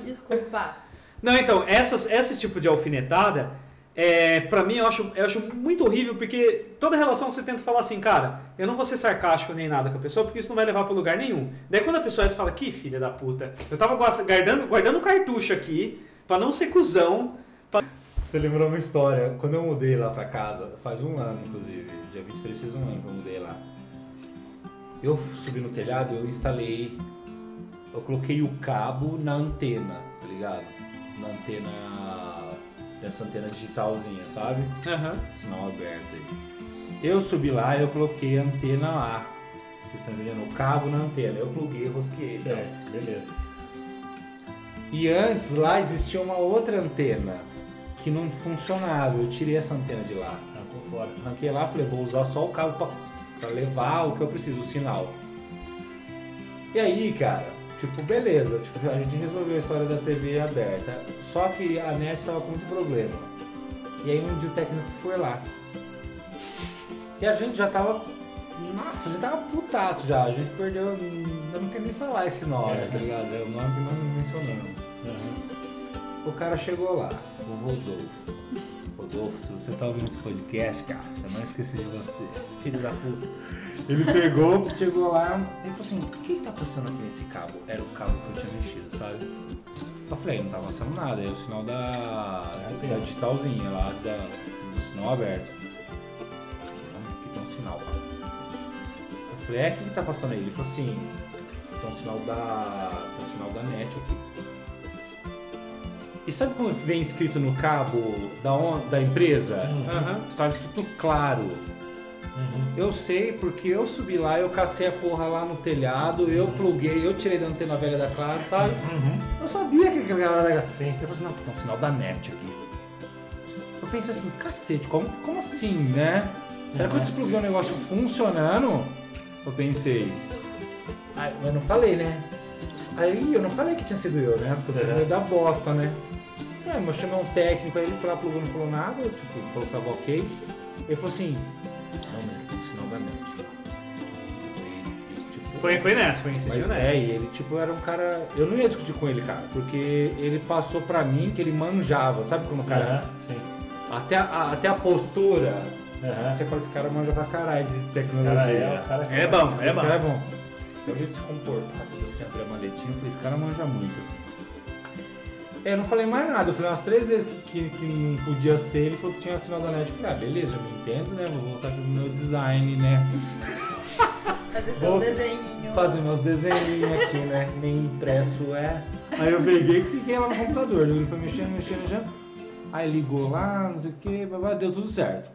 desculpa.
Não, então, essas, esse tipo de alfinetada, é, para mim, eu acho, eu acho muito horrível, porque toda relação você tenta falar assim, cara, eu não vou ser sarcástico nem nada com a pessoa, porque isso não vai levar pra lugar nenhum. Daí quando a pessoa você fala, que filha da puta, eu tava guas- guardando, guardando um cartucho aqui, pra não ser cuzão.
Você lembrou uma história? Quando eu mudei lá pra casa, faz um ano inclusive, dia 23 fez um ano que eu mudei lá. Eu subi no telhado, eu instalei, eu coloquei o cabo na antena, tá ligado? Na antena, dessa antena digitalzinha, sabe? Sinal aberto aí. Eu subi lá, eu coloquei a antena lá. Vocês estão entendendo? O cabo na antena. Eu pluguei, rosqueei. tá?
Certo, é beleza.
E antes lá existia uma outra antena que não funcionava. Eu tirei essa antena de lá.
Ah, tô fora.
Arranquei lá, falei, vou usar só o cabo pra, pra levar o que eu preciso, o sinal. E aí, cara, tipo, beleza, tipo, a gente resolveu a história da TV aberta. Só que a net tava com muito problema. E aí um dia o técnico foi lá. E a gente já tava. Nossa, já tava putaço já. A gente perdeu. Eu não quero nem falar esse nome,
É.
tá ligado? É o nome que não mencionamos.
Aham.
O cara chegou lá, o Rodolfo. Rodolfo, se você tá ouvindo esse podcast, cara, eu não esqueci de você. Filho da puta. Ele pegou, chegou lá e falou assim: o que, que tá passando aqui nesse cabo? Era o cabo que eu tinha mexido, sabe? Eu falei, não tá passando nada, é o sinal da, da digitalzinha lá, da, do sinal aberto. Eu falei, "Não, Aqui tem um sinal. Eu falei, é o que, que tá passando aí? Ele falou assim, tem um sinal da. Tem um sinal da net aqui. E sabe quando vem escrito no cabo da, on- da empresa? Uhum.
Aham.
Tava escrito claro.
Uhum.
Eu sei porque eu subi lá, eu cacei a porra lá no telhado, eu pluguei, eu tirei da antena velha da Claro, sabe?
Uhum.
Eu sabia que aquele cara era.
Sim.
Eu falei assim, não, tem um sinal da net aqui. Eu pensei assim, cacete, como, como assim, né? Será que eu despluguei um negócio funcionando? Eu pensei. Aí, mas não falei, né? Aí eu não falei que tinha sido eu, né? Porque eu tô com medo da bosta, né? Falei, mas chamei um técnico, aí ele foi lá, plugou, não falou nada, tipo, falou que tava ok. Ele falou assim, não, mas aqui tem um sinal da net. Tipo,
Foi, foi nessa, foi insistiu
mas
nessa.
é, e ele tipo era um cara. Eu não ia discutir com ele, cara, porque ele passou pra mim que ele manjava, sabe como o cara.
Aham, Sim.
Até, a, até a postura.
Aham.
Você fala, esse cara manja pra caralho de tecnologia.
Cara, é, cara
É bom, é
esse
bom.
cara é bom. É o jeito de se comportar, quando você abre a maletinha, eu falei, esse cara manja muito. É, eu não falei mais nada. Eu falei umas três vezes que, que, que não podia ser. Ele falou que tinha assinado a net. Eu falei, ah, beleza, eu não entendo, né? Vou voltar aqui no meu design, né?
Fazer
Vou
seu desenho.
Fazer meus desenhinhos aqui, né? Nem impresso é. Aí eu peguei e fiquei lá no computador. Ele foi mexendo, mexendo, mexendo. Aí ligou lá, não sei o que, babá, deu tudo certo.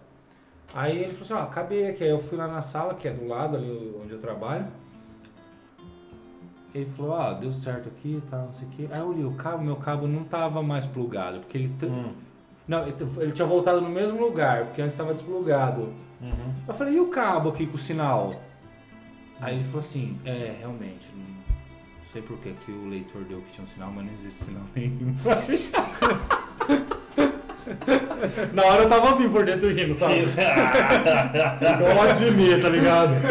Aí ele falou assim, ó, acabei aqui. Aí eu fui lá na sala, que é do lado ali onde eu trabalho. Ele falou, ó, deu certo aqui e tal, não sei o que. Aí eu li o cabo, meu cabo não tava mais plugado, porque ele... t-
Hum,
Não, ele t- ele tinha voltado no mesmo lugar, porque antes estava desplugado.
uhum.
Eu falei, e o cabo aqui com o sinal? Aí ele falou assim, é, realmente, não sei por que que o leitor deu que tinha um sinal, mas não existe sinal nenhum. (laughs) Na hora eu tava assim por dentro rindo, sabe? (laughs) Igual a Adnet, tá ligado?
(laughs)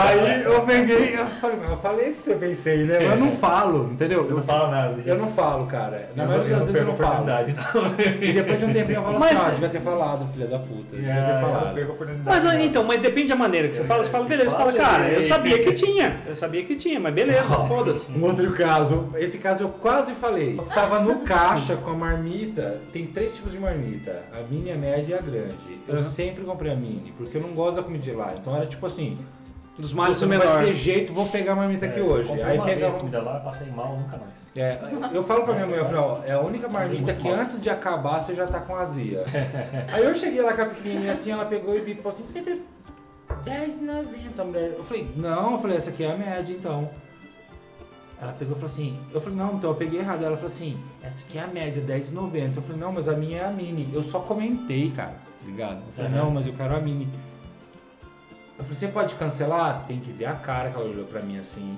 Aí eu peguei, eu falei, mas eu falei pra você, pensei, né? Mas eu não falo, entendeu?
Você não
Eu-
fala nada.
Eu não falo, cara. Na
Eu
maioria das vezes eu
perco
não
a
falo.
oportunidade. (laughs)
E depois de um tempinho eu falo
Mas-
assim, ah, devia ter falado, filha da puta. Devia ter
Eu
falado.
perco a oportunidade.
Mas ah, então, mas depende da maneira que você fala. Você fala,
te
beleza, você fala,
falei.
cara, eu sabia que tinha. Eu sabia que tinha, mas beleza, foda-se.
Um outro caso, esse caso eu quase falei. Eu tava no caixa com a marmita, tem três tipos de marmita: a mini, a média e a grande. Eu
Aham.
sempre comprei a mini, porque eu não gosto da comida de lá. Então era tipo assim:
Dos males
"Puta,
o
não
menor.
vai ter jeito, vou pegar a marmita aqui hoje.
É, Comprei
Aí
uma
um-
vez
pegava. um
comida lá, passei mal, nunca mais.
É, eu falo pra minha mãe, eu falo, ó, é a única marmita
muito
que
mal.
antes de acabar você já tá com
(laughs)
azia. Aí eu cheguei lá com a pequenininha assim, ela pegou e bipou assim, R$10,90, mulher. Eu falei, não, eu falei, essa aqui é a média então. Ela pegou e falou assim, eu falei, não, então eu peguei errado. Ela falou assim, essa aqui é a média, R$10,90. Eu falei, não, mas a minha é a mini. Eu só comentei, cara, tá ligado? Eu falei,
Aham.
não, mas eu quero a mini. Eu falei, você pode cancelar? Tem que ver a cara que ela olhou pra mim assim.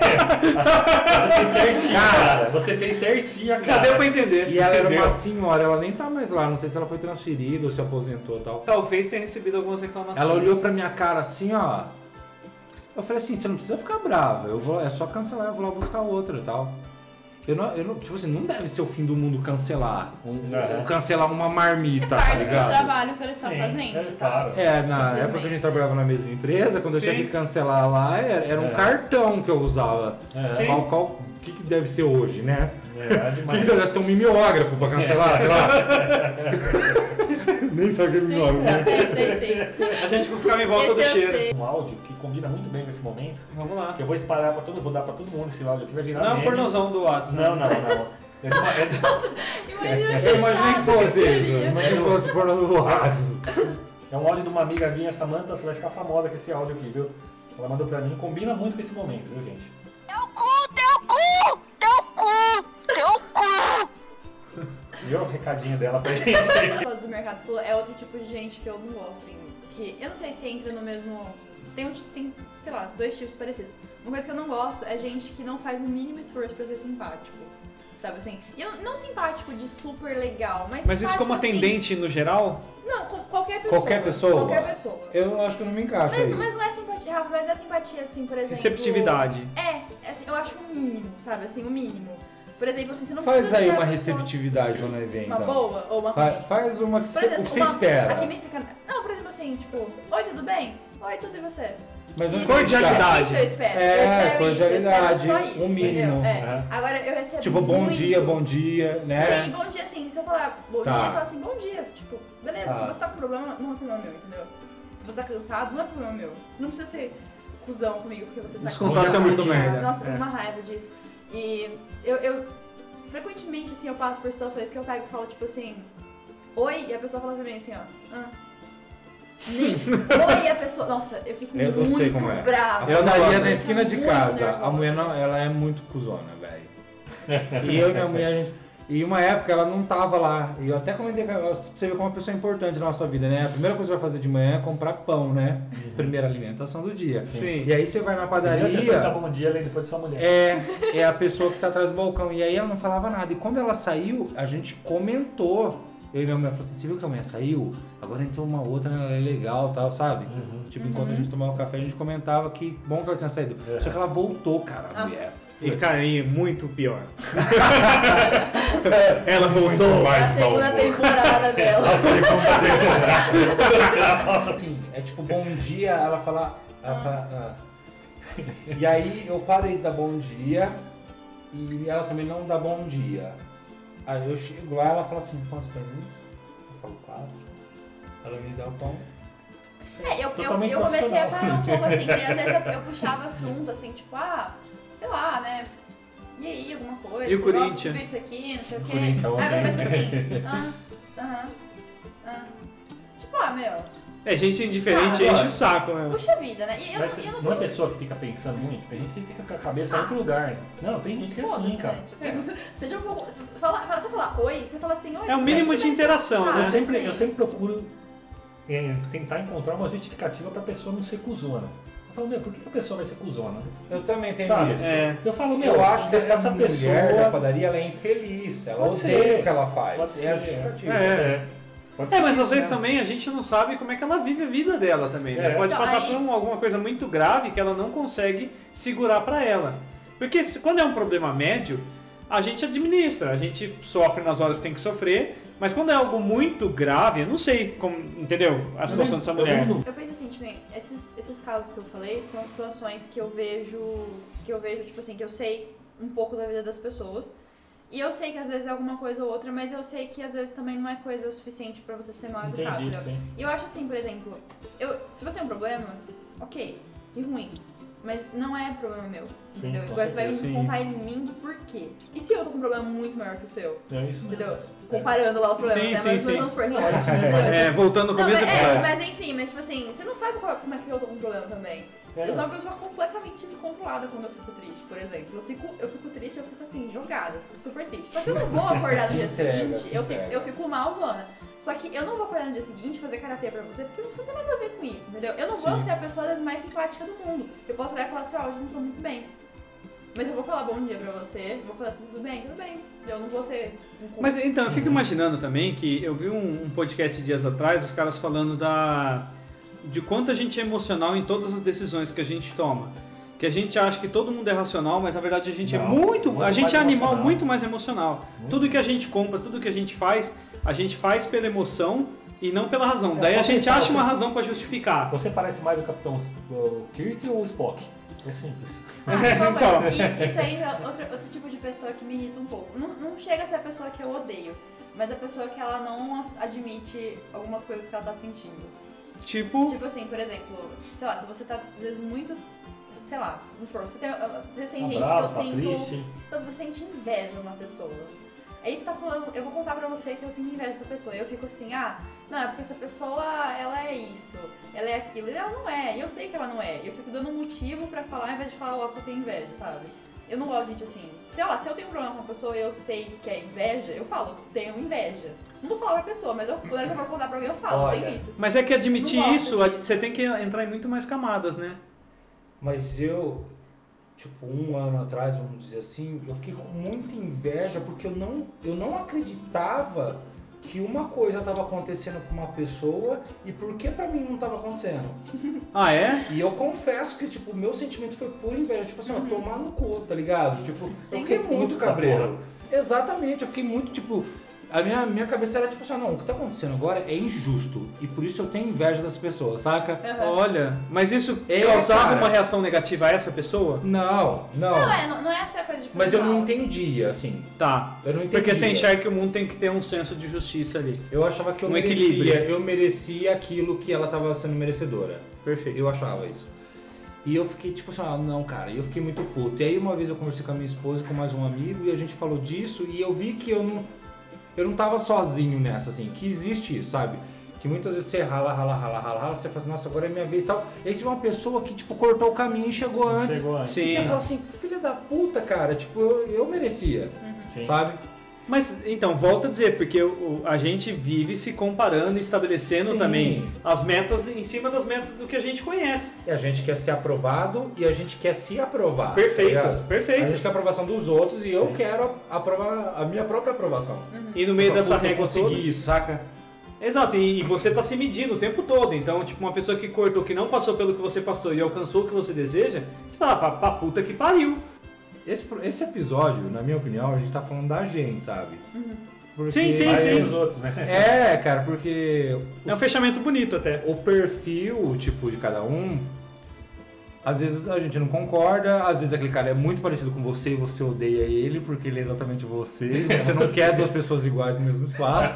Você fez certinho,
Cara.
cara. Você fez certinho, cara.
Já deu pra entender.
E ela era
Entendeu?
uma senhora, ela nem tá mais lá, não sei se ela foi transferida ou se aposentou e tal.
Talvez tenha recebido algumas reclamações.
Ela olhou pra minha cara assim, ó. Eu falei assim, você não precisa ficar brava, eu vou, é só cancelar, eu vou lá buscar outra e tal. Eu não, eu não, tipo assim, não deve ser o fim do mundo cancelar. Um,
É.
Cancelar uma
É
marmita, tá
parte do
ligado?
trabalho que eles estão
Sim,
Tá fazendo,
é
sabe?
claro.
É, na
Simplesmente.
época que a gente trabalhava na mesma empresa, quando eu tinha
Sim.
que cancelar lá, era, era um
É.
cartão que eu usava.
É.
Sim.
Qual, qual, o que, que deve ser hoje, né?
É, demais.
Então, deve ser um mimeógrafo pra cancelar, sei lá. Nem sabe o que é mimeógrafo.
Eu sei, sei, sei.
A gente ficava em volta do
Esse eu
cheiro.
sei.
Um áudio que combina muito bem com esse momento.
Vamos lá.
Que eu vou espalhar pra todo vou dar pra todo mundo esse áudio aqui, vai virar
Não é um
meme.
pornozão do Whats,
Não, não, não. É de uma- é de-
Imagina
Eu
que
imaginei que
chato que
fosse isso. Eu
seria. né?
imaginei que fosse pornô do Whats.
É um áudio de uma amiga minha, Samantha, você vai ficar famosa com esse áudio aqui, viu? Ela mandou pra mim, combina muito com esse momento, viu, gente?
Teu cu, teu cu, teu cu, teu cu.
E o recadinho dela pra gente aí.
Fora do mercado falou, é outro tipo de gente que eu não gosto, assim. Que eu não sei se entra no mesmo. Tem, um ti- tem, sei lá, dois tipos parecidos. Uma coisa que eu não gosto é gente que não faz o mínimo esforço pra ser simpático. Sabe assim? E eu, não simpático de super legal, mas.
Mas isso
simpático,
como
assim,
atendente no geral?
Não, co- qualquer pessoa.
Qualquer pessoa?
Qualquer pessoa.
Eu acho que eu não me encaixo
Mas,
aí.
mas não é simpatia, Rafa, mas é simpatia, assim, por exemplo.
Receptividade.
É, assim, eu acho o mínimo, sabe? Assim, o mínimo. Por exemplo, assim, você não
Faz
precisa
aí
ser a
uma
pessoa-
receptividade quando ele vem,
Uma
então.
boa ou uma
Fa-
ruim.
Faz, uma que
Por
cê, o
exemplo,
que você
uma-
espera.
Aqui nem fica. Não, por exemplo assim, tipo, oi, tudo bem? Oi, tudo e você?
Mas é não
Isso-
cordialidade.
Isso eu espero.
É,
eu espero
cordialidade,
Isso, eu espero só isso,
um mínimo.
entendeu? É.
Aham.
Agora eu recebo.
Tipo, bom
muito-
dia, bom dia, né?
Sim, bom dia, sim. Se eu falar bom
Tá.
dia, você fala assim, bom dia. Tipo, beleza,
Tá.
se você tá com problema, não é problema meu, entendeu? Se você tá cansado, não é problema meu. Não precisa ser cuzão comigo porque você está
Isso
cansado.
contar seu mundo
curtindo.
merda.
Nossa, tem
É.
uma raiva disso. E eu, eu- frequentemente assim eu passo por situações que eu pego e falo tipo assim, oi, e a pessoa fala pra mim assim, ó. "Ah."
(laughs)
Nem oi, e a pessoa. Nossa, eu fico
Eu- eu
muito
sei como é.
brava.
Eu
Eu
daria
gosto.
na esquina de
Tá. Muito
casa.
nervosa.
A mulher não, ela é muito cuzona, velho.
(laughs)
E eu e minha mulher, a gente. E uma época ela não tava lá. E eu até comentei com ela, você vê como é uma pessoa importante na nossa vida, né? A primeira coisa que você vai fazer de manhã é comprar pão, né? Primeira alimentação do dia.
Sim.
E aí você vai na
Uhum. Primeira pessoa que dá
padaria.
bom dia, além depois de sua mulher.
É, é a pessoa que tá atrás do balcão. E aí ela não falava nada. E quando ela saiu, a gente comentou. Eu e minha mulher falou assim: você viu que a mulher saiu? Agora entrou uma outra, ela é legal tal, sabe?
Uhum.
Tipo, enquanto a gente tomava café, a gente comentava que bom que ela tinha saído.
É.
Só que ela voltou, cara. a
Nossa.
mulher.
E cara, e muito pior. Ela voltou.
É A
(laughs)
segunda temporada dela. (laughs)
Assim, é tipo, bom dia, ela fala. Ela fala ah. E aí eu parei de dar bom dia. e ela também não dá bom dia. Aí eu chego lá, ela fala assim, quantos pães? Eu falo quatro. Ela me dá o pão.
É, eu, eu,
Totalmente
eu comecei a
racional.
parar um pouco assim, que às vezes eu,
(laughs)
eu puxava assunto, assim, tipo, ah, sei lá, né? E aí, alguma coisa?
E o
você gosta
Corinthians?
de ver isso aqui, não sei o quê. Aí
Corinthians
eu
ontem,
falei assim,
(laughs) né?
ah, aham, ah. Tipo, ah, meu,
É, gente indiferente
Ah,
enche o saco, né?
puxa vida, né? E eu,
Mas
eu, eu
não é pessoa que fica pensando muito, tem gente que fica com a cabeça em outro lugar. Não, tem gente que é assim,
Ah. Foda-se,
cara.
né? Tipo, se- Seja um pouco. Se você fala- se você falar oi, você fala assim, oi.
um
É o mínimo
mas
de interação,
tá
né?
Eu
errado,
sempre,
assim.
eu sempre procuro é, tentar encontrar uma justificativa pra pessoa não ser cuzona. Eu falo, meu, por que, que a pessoa vai ser cuzona?
Eu também tenho
Sabe?
isso.
É.
Eu falo, meu,
Eu acho que essa, é, mulher da
pessoa.
padaria ela é infeliz, ela
Pode
odeia
ser.
o que ela faz.
Pode ser,
é a
é.
justificativa.
É.
Pode
É,
ser.
mas às vezes também a gente não sabe como é que ela vive a vida dela também. né?
né? É.
Pode
Então,
passar
aí-
por um- alguma coisa muito grave que ela não consegue segurar pra ela. Porque se- quando é um problema médio, a gente administra, a gente sofre nas horas que tem que sofrer, mas quando é algo muito grave, eu não sei como, entendeu? A situação dessa
Eu
mulher.
lembro do-
Eu penso assim, tipo, esses, esses casos que eu falei são situações que eu vejo, que eu vejo, tipo assim, que eu sei um pouco da vida das pessoas. E eu sei que às vezes é alguma coisa ou outra, mas eu sei que às vezes também não é coisa o suficiente pra você ser mal educado.
Entendi,
entendeu?
sim.
E eu acho assim, por exemplo, eu, se você tem um problema, ok, que ruim. Mas não é problema meu,
Sim,
entendeu?
com
Agora você vai me
certeza.
descontar em mim do porquê. E se eu tô com um problema muito maior que o seu?
É isso mesmo.
Entendeu? Comparando lá os né? problemas,
Sim,
né?
sim,
mas
sim.
vamos supor, sei
Não,
lá,
é isso mesmo.
entendeu?
É, voltando no
Não,
começo,
mas, é,
é,
mas enfim, mas tipo assim, você não sabe qual- como é que eu tô com problema também.
É.
Eu sou uma pessoa completamente descontrolada quando eu fico triste, por exemplo. Eu fico, eu fico triste, eu fico assim, jogada, eu fico super triste. Só que eu não vou acordar no
Se
dia
entrega,
seguinte,
se
eu fico,
entrega.
eu fico mal, zona. Só que eu não vou acordar no dia seguinte e fazer karatê pra você, porque você não tem nada a ver com isso, entendeu? Eu não vou ser a pessoa das mais simpática do mundo. Eu posso olhar e falar assim, ó, hoje eu não tô muito bem. Mas eu vou falar bom dia pra você, vou falar assim, tudo bem, tudo bem. Eu não vou ser um
Mas então, eu fico imaginando também que eu vi um, um podcast dias atrás, os caras falando da de quanto a gente é emocional em todas as decisões que a gente toma. Que a gente acha que todo mundo é racional, mas na verdade a gente é
Não,
muito,
muito
a gente
mais
é animal
emocional.
muito mais emocional. tudo que a gente compra, tudo que a gente faz, a gente faz pela emoção e não pela razão. Daí
É só
a gente
pensar,
acha uma
assim.
razão pra justificar.
Você parece mais o Capitão S- o Kirk ou o Spock? É simples.
Ah,
Então.
então. isso, isso aí é outro, outro tipo de pessoa que me irrita um pouco. Não, não chega a ser a pessoa que eu odeio, mas a pessoa que ela não as- admite algumas coisas que ela tá sentindo.
Tipo,
Tipo assim, por exemplo, sei lá, se você tá às vezes muito. Sei lá, vamos supor, você tem, ah, às vezes tem
Tá
gente
bravo,
que
tá
eu sinto.
triste.
Então, se você sente inveja de uma pessoa, aí você tá falando, eu vou contar pra você que eu sinto inveja dessa pessoa. E eu fico assim, ah, não, é porque essa pessoa, ela é isso, ela é aquilo. E ela não é, e eu sei que ela não é. E eu fico dando um motivo pra falar ao invés de falar logo que eu tenho inveja, sabe? Eu não gosto de gente assim. Sei lá, se eu tenho um problema com uma pessoa e eu sei que é inveja, eu falo, tenho inveja. Não vou falar pra pessoa, mas eu, quando eu vou contar pra alguém, eu falo,
Olha.
tenho isso.
mas é que admitir
Não gosto
isso, a-
disso.
você tem que entrar em muito mais camadas, né?
Mas eu, tipo, um ano atrás, vamos dizer assim, eu fiquei com muita inveja porque eu não, eu não acreditava que uma coisa estava acontecendo com uma pessoa e por que pra mim não estava acontecendo.
Ah, é?
E eu confesso que, tipo, o meu sentimento foi pura inveja. Tipo assim, ó, tomar no cu, tá ligado? Tipo, eu fiquei
Puta
muito
essa
cabreiro. Exatamente, eu fiquei muito, tipo. A minha, minha cabeça era tipo assim, ó, não, o que tá acontecendo agora é injusto. E por isso eu tenho inveja das pessoas, saca?
Aham.
Olha, mas isso
É,
causava
cara.
uma reação negativa a essa pessoa?
Não, não.
Não é, não, não é essa coisa de
Mas eu não
pessoal, assim.
entendia, assim.
Tá.
Eu não entendia.
Porque você enxerga que o mundo tem que ter um senso de justiça ali.
Eu achava que eu
Um
merecia,
equilíbrio.
eu merecia aquilo que ela tava sendo merecedora.
Perfeito.
Eu achava isso. E eu fiquei tipo assim, ah, não, cara, e eu fiquei muito puto. E aí uma vez eu conversei com a minha esposa e com mais um amigo e a gente falou disso e eu vi que eu não eu não tava sozinho nessa assim, que existe isso, sabe? Que muitas vezes você rala, rala, rala, rala, rala, você fala assim, nossa, agora é minha vez e tal. E aí você vê uma pessoa que, tipo, cortou o caminho e chegou antes.
Chegou antes.
Sim.
E você fala assim, filha da puta, cara, tipo, eu, eu merecia,
Sim.
sabe?
Mas então, volta a dizer, porque o- o- a gente vive se comparando e estabelecendo
Sim.
também as metas em cima das metas do que a gente conhece.
E a gente quer ser aprovado e a gente quer se aprovar.
perfeito,
tá ligado? A
perfeito.
gente quer a aprovação dos outros e eu quero aprovar a minha própria aprovação.
E no meio
Eu falo,
dessa
"Puta, eu
régua
consegui
toda.
isso, saca?
Exato, e, e você tá se medindo o tempo todo. Então, tipo, uma pessoa que cortou, que não passou pelo que você passou e alcançou o que você deseja, você fala, pra, pra puta que pariu.
Esse, pro- esse episódio, na minha opinião, a gente tá falando da gente, sabe? Porque-
Sim, sim,
Mas
sim.
os outros, né?
É, cara, porque
É um fechamento bonito até.
o perfil, tipo, de cada um Às vezes a gente não concorda, às vezes aquele cara é muito parecido com você e você odeia ele porque ele é exatamente você. e Você não (laughs) quer duas pessoas iguais no mesmo espaço,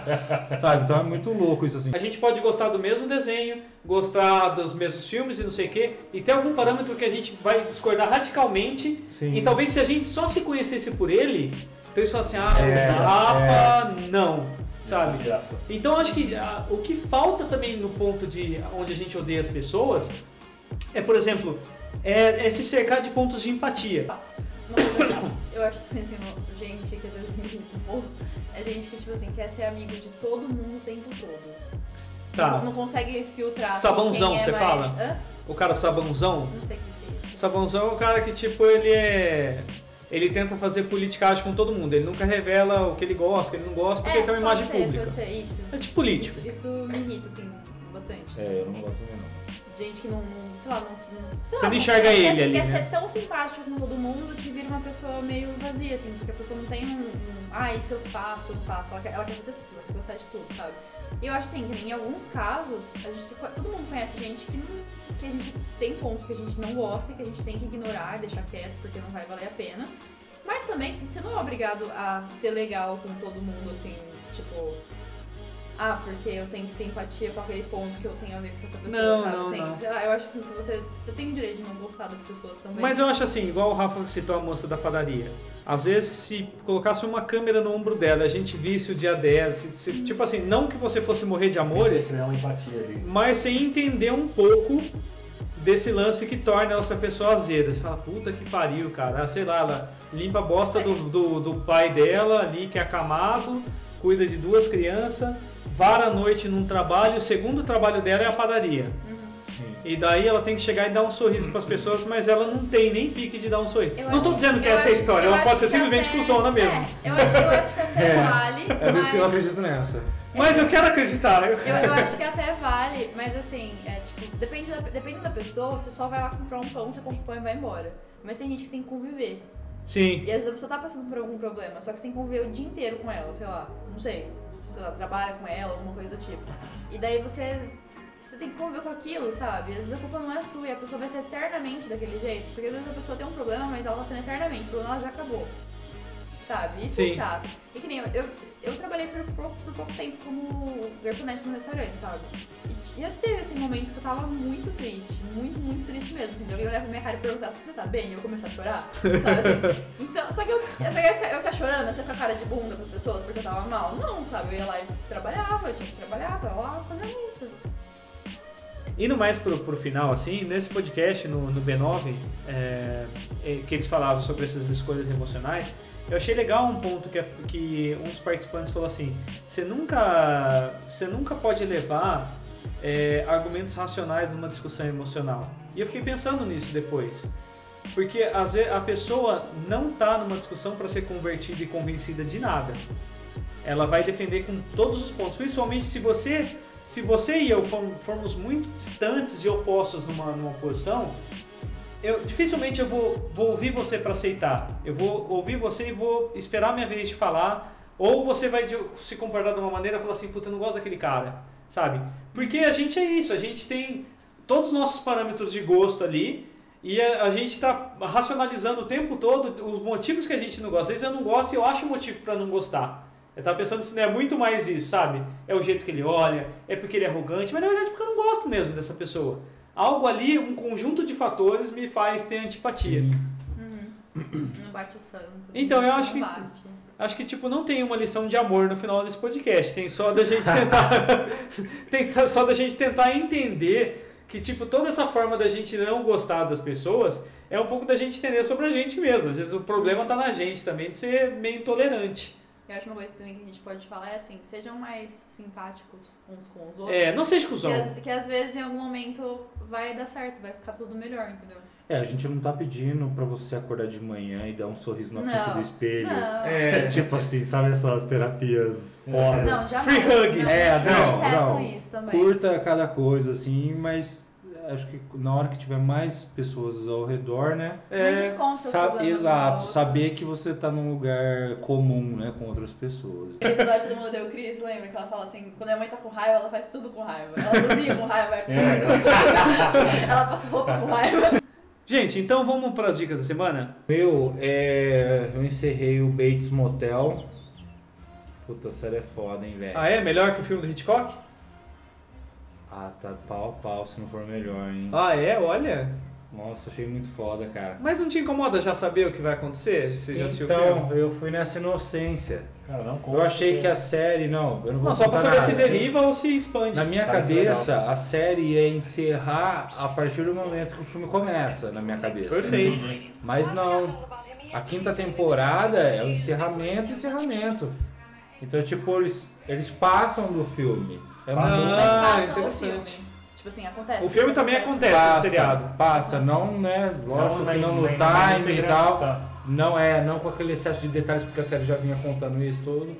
sabe? Então é muito louco isso assim.
A gente pode gostar do mesmo desenho, gostar dos mesmos filmes e não sei o quê, e tem algum parâmetro que a gente vai discordar radicalmente.
Sim.
E talvez se a gente só se conhecesse por ele, então isso fala assim, ah,
É,
essa garrafa, não, sabe?
Girafa.
Então acho que ah, o que falta também no ponto de onde a gente odeia as pessoas é, por exemplo, é, é se cercar de pontos de empatia.
Nossa, eu acho que assim, gente que às vezes me irrita um pouco é gente que, tipo assim, quer ser amigo de todo mundo o tempo todo.
Tá.
Não consegue filtrar. assim,
Sabãozão,
quem é
você
mais-
fala?
Hã?
O cara sabãozão,
Não sei o que que é isso.
Sabãozão é o cara que, tipo, ele é. Ele tenta fazer politicagem com todo mundo. Ele nunca revela o que ele gosta, o que ele não gosta, porque ele tem uma
É, pode
imagem
ser,
pública.
pode ser, isso.
É tipo político.
Isso, isso me irrita, assim, bastante.
É, eu não gosto também não.
Gente que não, não- sei lá, não... não- sei
Você
lá,
não enxerga
quer,
ele
quer,
ali,
Quer
né?
ser tão simpático com todo mundo que vira uma pessoa meio vazia, assim, porque a pessoa não tem um... um, ah, isso eu faço, eu não faço. Ela quer, ela quer fazer tudo, ela quer gostar de tudo, sabe? E eu acho, assim, que em alguns casos, a gente, todo mundo conhece gente que não... Que a gente tem pontos que a gente não gosta, e que a gente tem que ignorar e deixar quieto, porque não vai valer a pena. Mas também, você não é obrigado a ser legal com todo mundo, assim, tipo... Ah, porque eu tenho que ter empatia com aquele ponto que eu tenho a ver com essa pessoa,
Não,
sabe?
não,
Assim,
não.
sei lá, eu acho assim, se você, você tem o direito de não gostar das pessoas também.
Mas eu acho assim, igual o Rafa citou a moça da padaria. Às vezes, se colocasse uma câmera no ombro dela, a gente visse o dia dela, se- se- tipo assim, não que você fosse morrer de amores,
Isso é uma empatia ali.
mas sem entender um pouco desse lance que torna essa pessoa azeda. Você fala, puta que pariu, cara. Ah, Sei lá, ela limpa a bosta do, do, do pai dela ali, que é acamado, cuida de duas crianças, vara a noite num trabalho, o segundo trabalho dela é a padaria.
Sim.
E daí ela tem que chegar e dar um sorriso pras pessoas, mas ela não tem nem pique de dar um sorriso.
Eu
não tô
acho-
dizendo que
eu
essa é a
acho-
história,
eu
ela
acho
pode ser
que
simplesmente
até-
cusona mesmo.
É, eu acho, eu acho que até vale,
(laughs) É por isso que eu
mas...
acredito nessa.
Mas eu quero acreditar. eu-
Eu, eu acho que até vale, mas assim, é tipo, depende da, depende da pessoa, você só vai lá comprar um pão, você compra o pão e vai embora. Mas tem gente que tem que conviver.
Sim.
E às vezes a pessoa tá passando por algum problema, só que você tem que conviver o dia inteiro com ela, sei lá, não sei. Sei lá, trabalha com ela, alguma coisa do tipo. E daí você. Você tem que conviver com aquilo, sabe? Às vezes a culpa não é sua e a pessoa vai ser eternamente daquele jeito. Porque às vezes a pessoa tem um problema, mas ela tá sendo eternamente, o problema já acabou. Sabe? Isso é
Sim.
chato. E que nem eu, eu, eu trabalhei por, pouco- por pouco tempo como garçonete no restaurante, sabe? E t- já teve assim, momentos que eu tava muito triste, muito, muito triste mesmo. Assim, de alguém olhar pra minha cara e perguntar se você tá bem e eu começar a chorar, sabe assim? Então, só que eu, eu, ficar- eu ficar chorando, assim, com a cara de bunda com as pessoas porque eu tava mal. Não, sabe? Eu ia lá e trabalhava, eu tinha que trabalhar, tava lá fazendo isso.
Indo mais pro, pro final, assim, nesse podcast, no, no B9, é, é, que eles falavam sobre essas escolhas emocionais, eu achei legal um ponto que, a- que um dos participantes falou assim, você nunca, você nunca pode levar é, argumentos racionais numa discussão emocional. E eu fiquei pensando nisso depois. Porque às vezes a pessoa não tá numa discussão para ser convertida e convencida de nada. Ela vai defender com todos os pontos, principalmente se você se você e eu form- formos muito distantes e opostos numa, numa posição, eu dificilmente eu vou, vou ouvir você para aceitar. Eu vou ouvir você e vou esperar a minha vez de falar. Ou você vai de- se comportar de uma maneira e falar assim, puta, eu não gosto daquele cara, sabe? Porque a gente é isso, a gente tem todos os nossos parâmetros de gosto ali e a, a gente está racionalizando o tempo todo os motivos que a gente não gosta. Às vezes eu não gosto e eu acho um motivo para não gostar. Eu tava pensando se não é muito mais isso, sabe? É o jeito que ele olha, é porque ele é arrogante, mas na verdade é porque eu não gosto mesmo dessa pessoa. Algo ali, um conjunto de fatores me faz ter antipatia.
Não bate o santo.
Então, eu
não
acho que-
bate.
Acho que, tipo, não tem uma lição de amor no final desse podcast. Tem só da gente tentar. tentar- só da gente tentar entender que, tipo, toda essa forma da gente não gostar das pessoas é um pouco da gente entender sobre a gente mesmo. Às vezes o problema tá na gente também de ser meio intolerante.
Eu acho uma coisa também que a gente pode falar é assim, sejam mais simpáticos uns com os outros.
É, não seja
Que,
cuzão.
às- que às vezes em algum momento vai dar certo, vai ficar tudo melhor, entendeu?
É, a gente não tá pedindo pra você acordar de manhã e dar um sorriso na frente
Não.
do espelho.
Não.
(laughs) É, tipo assim, sabe essas terapias fora?
Não, jamais.
Free hug.
Não,
É, não,
peçam
não.
isso também.
Curta cada coisa, assim, mas acho que na hora que tiver mais pessoas ao redor, né?
é,
não desconta os
sa-
problemas dos
exato,
outros.
saber que você tá num lugar comum, né, com outras pessoas.
Aquele episódio do Modelo Cris, lembra? Que ela fala assim, quando a mãe tá com raiva, ela
É,
faz é tudo com raiva. (laughs) Ela cozinha com raiva, ela,
É,
ela passa roupa com raiva.
Gente, então vamos para as dicas da semana?
Meu, é, eu encerrei o Bates Motel. Puta, a série é foda, hein, velho.
Ah, é? Melhor que o filme do Hitchcock?
Ah, tá pau a pau se não for melhor, hein.
Ah, é? Olha.
Nossa, achei muito foda, cara.
Mas não te incomoda já saber o que vai acontecer? Você já assistiu o
Então,
filme? é.
eu fui nessa inocência.
Cara, não conta.
Eu achei que a série. Não, eu não vou
Não, só pra
contar
saber
nada.
se deriva ou se expande.
Na minha
Parece
cabeça, a série ia encerrar a partir do momento que o filme começa, na minha cabeça.
Perfeito.
Mas não. A quinta temporada é o encerramento encerramento. Então, tipo, eles, eles passam do filme. É mais
Passam.
um-
Mas
Ah,
passa o
interessante.
filme. Tipo assim, acontece.
O filme também acontece. no seriado.
Passa, passa, não, né? Lógico
é Não,
que
nem-
não no
nem- nem
time e
integrante,
tal.
tá.
Não é, não com aquele excesso de detalhes, porque a série já vinha contando isso tudo.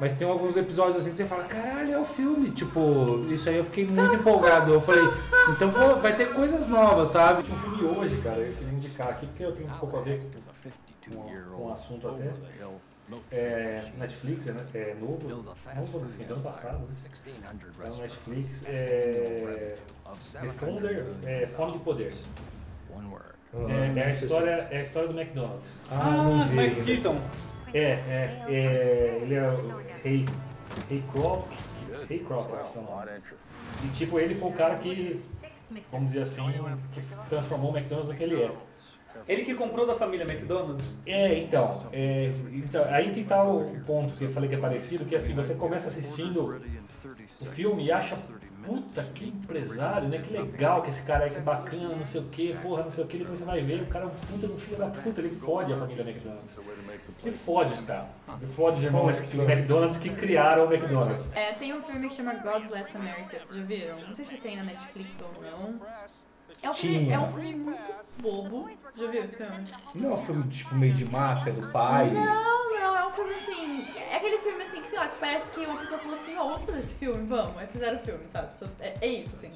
Mas tem alguns episódios assim que você fala, caralho, é o filme. Tipo, isso aí eu fiquei muito empolgado. Eu falei, então pô, vai ter coisas novas, sabe?
um filme hoje, cara, eu queria indicar aqui, porque eu tenho um pouco a ver com, com, com o Um assunto até. É, Netflix é, é novo, novo assim, ano passado, né? É no Netflix, é, The Founder, é Fome de Poder. É, é a história, é a história do McDonald's.
Ah, não vi.
Michael Keaton.
É, é, é ele é o Rei, Rei Kroc, Rei Kroc, eu acho que é o nome. E tipo, ele foi o cara que, vamos dizer assim, que transformou o McDonald's no que ele é.
Ele que comprou da família McDonald's?
É, então, é, então, aí que tá o ponto que eu falei que é parecido, que assim, você começa assistindo o filme e acha, puta, que empresário, né, que legal que esse cara é, que bacana, não sei o que, porra, não sei o que, depois você vai ver, o cara é um puta do filho da puta, ele fode a família McDonald's. Ele fode os caras, ele fode os irmãos do McDonald's que criaram o McDonald's.
É, tem um filme que chama God Bless America, vocês já viram? Não sei se tem na Netflix ou não. É um filme, é um filme muito bobo. Você já viu esse filme?
Não é um filme tipo meio de máfia do pai?
Não, não, é um filme assim. É aquele filme assim que, sei lá, que parece que uma pessoa falou assim, ó, vamos fazer esse filme, vamos. Aí fizeram o filme, sabe? Só- É, é isso, assim.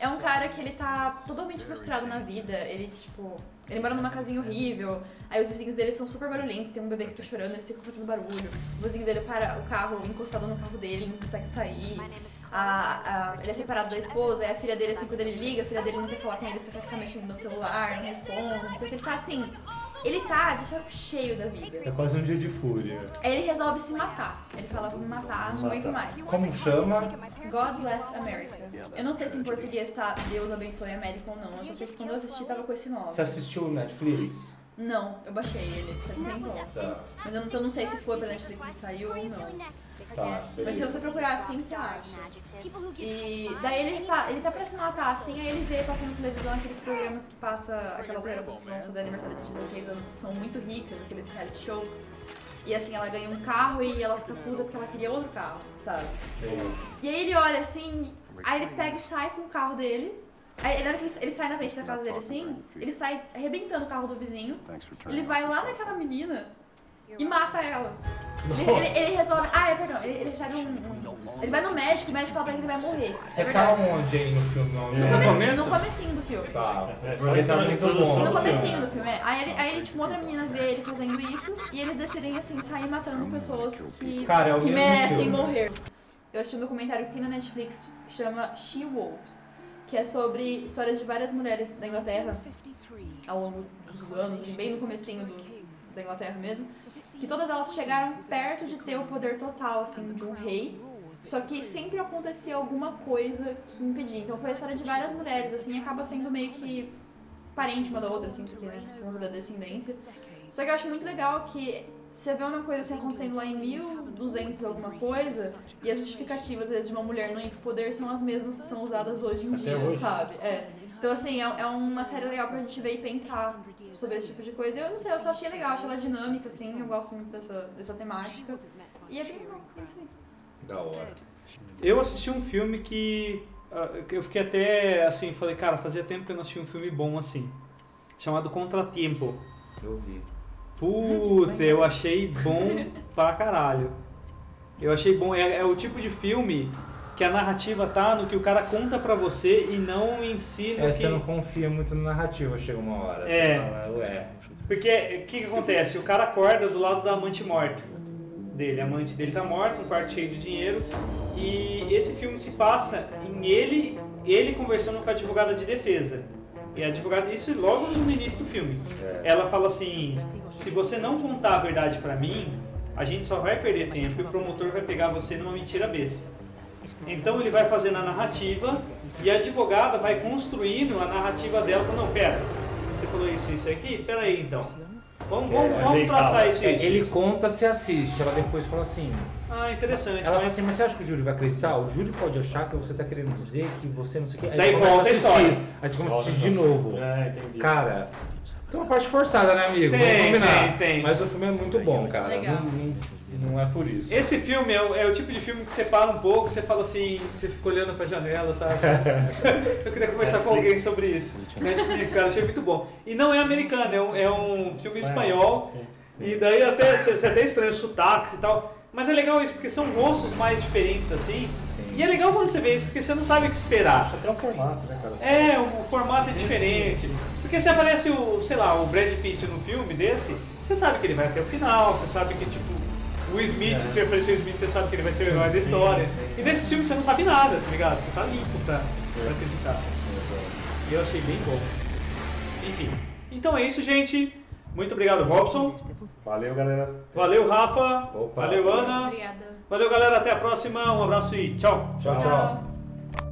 É um cara que ele tá totalmente frustrado na vida. Ele, tipo, ele mora numa casinha horrível. Aí os vizinhos dele são super barulhentos, tem um bebê que tá chorando, eles ficam fazendo barulho. O vizinho dele para o carro encostado no carro dele, ele não consegue sair. A- a- ele é separado da esposa, aí a filha dele, assim, quando ele liga, a filha dele não quer falar com ele, só quer ficar mexendo no celular, não responde, não sei o que. Ele tá assim. Ele tá de saco cheio da vida.
É quase um dia de fúria.
Aí ele resolve se matar. Ele fala, vou me matar, não aguento mais.
Como chama?
God Bless America. Eu não sei se em português tá Deus abençoe a América ou não. Eu só sei que quando eu assisti tava com esse nome.
Você assistiu o Netflix?
Não, eu baixei ele, faz bem bom.
Tá,
Mas eu não, então não sei se foi pra Netflix e saiu ou não.
tá.
Mas se
beleza.
você procurar assim, você acha. E daí ele tá, ele tá pra se matar assim, aí ele vê passando televisão aqueles programas que passa aquelas garotas que vão fazer aniversário de 16 anos que são muito ricas, aqueles reality shows. E assim, ela ganha um carro e ela fica puta porque ela queria outro carro, sabe? E aí ele olha assim, aí ele pega e sai com o carro dele. Aí na hora que ele, ele sai na frente da casa dele assim, ele sai arrebentando o carro do vizinho. Ele vai lá naquela menina e mata ela. Ele, ele- ele resolve. Ah, é perdão. Ele, ele recebe um, um- Ele vai no médico, o médico fala pra ele que ele vai morrer. É
Você tá
verdade.
onde aí no filme? Não,
No
não.
comecinho, no comecinho do filme.
Tá,
É só
porque tá
entrar na
muito
introdução
bom.
No
do filme.
comecinho do filme, é. Aí ele, aí ele, tipo, uma outra menina vê ele fazendo isso e eles decidem, assim, sair matando pessoas que,
Cara, é o
que
mesmo
merecem
filme.
morrer. Eu assisti um documentário que tem na Netflix que chama She Wolves, que é sobre histórias de várias mulheres da Inglaterra ao longo dos anos, assim, bem no comecinho do, da Inglaterra mesmo, que todas elas chegaram perto de ter o poder total, assim, de um rei, só que sempre acontecia alguma coisa que impedia. Então foi a história de várias mulheres, assim, e acaba sendo meio que parente uma da outra, assim, porque, né, por conta da descendência. Só que eu acho muito legal que você vê uma coisa assim acontecendo lá em 1200 e alguma coisa, e as justificativas, às vezes, de uma mulher não ir pro poder são as mesmas que são usadas hoje em
Até
dia,
hoje.
sabe? É. Então, assim, é, é uma série legal pra gente ver e pensar sobre esse tipo de coisa. Eu não sei, eu só achei legal, achei ela dinâmica, assim, eu gosto muito dessa, dessa temática. E é bem legal, é isso aí.
Da hora.
Eu assisti um filme que ah, que eu fiquei até assim, falei, cara, fazia tempo que eu não assisti um filme bom assim, chamado Contratempo.
Eu vi.
Puta, eu achei bom pra caralho. Eu achei bom, é, é o tipo de filme que a narrativa tá no que o cara conta pra você e não ensina.
É,
que...
você não confia muito na narrativa, chega uma hora.
É.
Você fala, ué.
Porque o que, que acontece? O cara acorda do lado da amante morta dele. A amante dele tá morta, um quarto cheio de dinheiro. E esse filme se passa em ele, ele conversando com a advogada de defesa. E a advogada, isso logo no início do filme.
É.
Ela fala assim: se você não contar a verdade pra mim, a gente só vai perder tempo e o promotor vai pegar você numa mentira besta. Então ele vai fazendo a narrativa e a advogada vai construindo a narrativa dela. Falando, não, pera, você falou isso, isso aqui? Pera aí então. Vamos, vamos,
É,
vamos traçar
ajeitava.
isso,
É,
isso.
ele conta, se assiste. Ela depois fala assim.
Ah, interessante.
Ela fala
mas-
assim, mas você acha que o Júlio vai acreditar? O Júlio pode achar que você tá querendo dizer que você não sei o que. Aí
Daí
você começa
volta a
assistir.
história.
Aí você começa a assistir de novo.
Ah, entendi.
Cara, tem uma parte forçada, né, amigo?
Tem,
Vamos combinar.
tem, tem.
Mas o filme é muito bom, cara.
Legal.
Não, não- não é por isso.
Esse filme é o, é o tipo de filme que você para um pouco, você fala assim, você fica olhando pra janela,
(laughs)
sabe? Eu queria conversar com
Netflix.
alguém sobre isso. Netflix, cara, achei muito bom. E não é americano, é um, é um filme espanhol.
Sim, sim.
E daí até você você até estranha os sotaques e tal. Mas é legal isso, porque são rostos mais diferentes, assim. E é legal quando você vê isso, porque você não sabe o que esperar.
Até o formato, né, cara?
É, o formato é diferente. Porque se aparece o, sei lá, o Brad Pitt no filme desse, você sabe que ele vai até o final, você sabe que, tipo, o Smith,
É.
se aparecer o Smith, você sabe que ele vai ser o herói da
Sim,
história.
sim. É.
E nesse filme você não sabe nada, tá ligado? Você tá limpo pra, pra acreditar. E eu achei bem bom. Enfim. Então é isso, gente. Muito obrigado, Robson.
Valeu, galera.
Valeu, Rafa.
Opa.
Valeu, Ana.
Obrigada.
Valeu, galera. Até a próxima. Um abraço e tchau.
Tchau, tchau.
Tchau.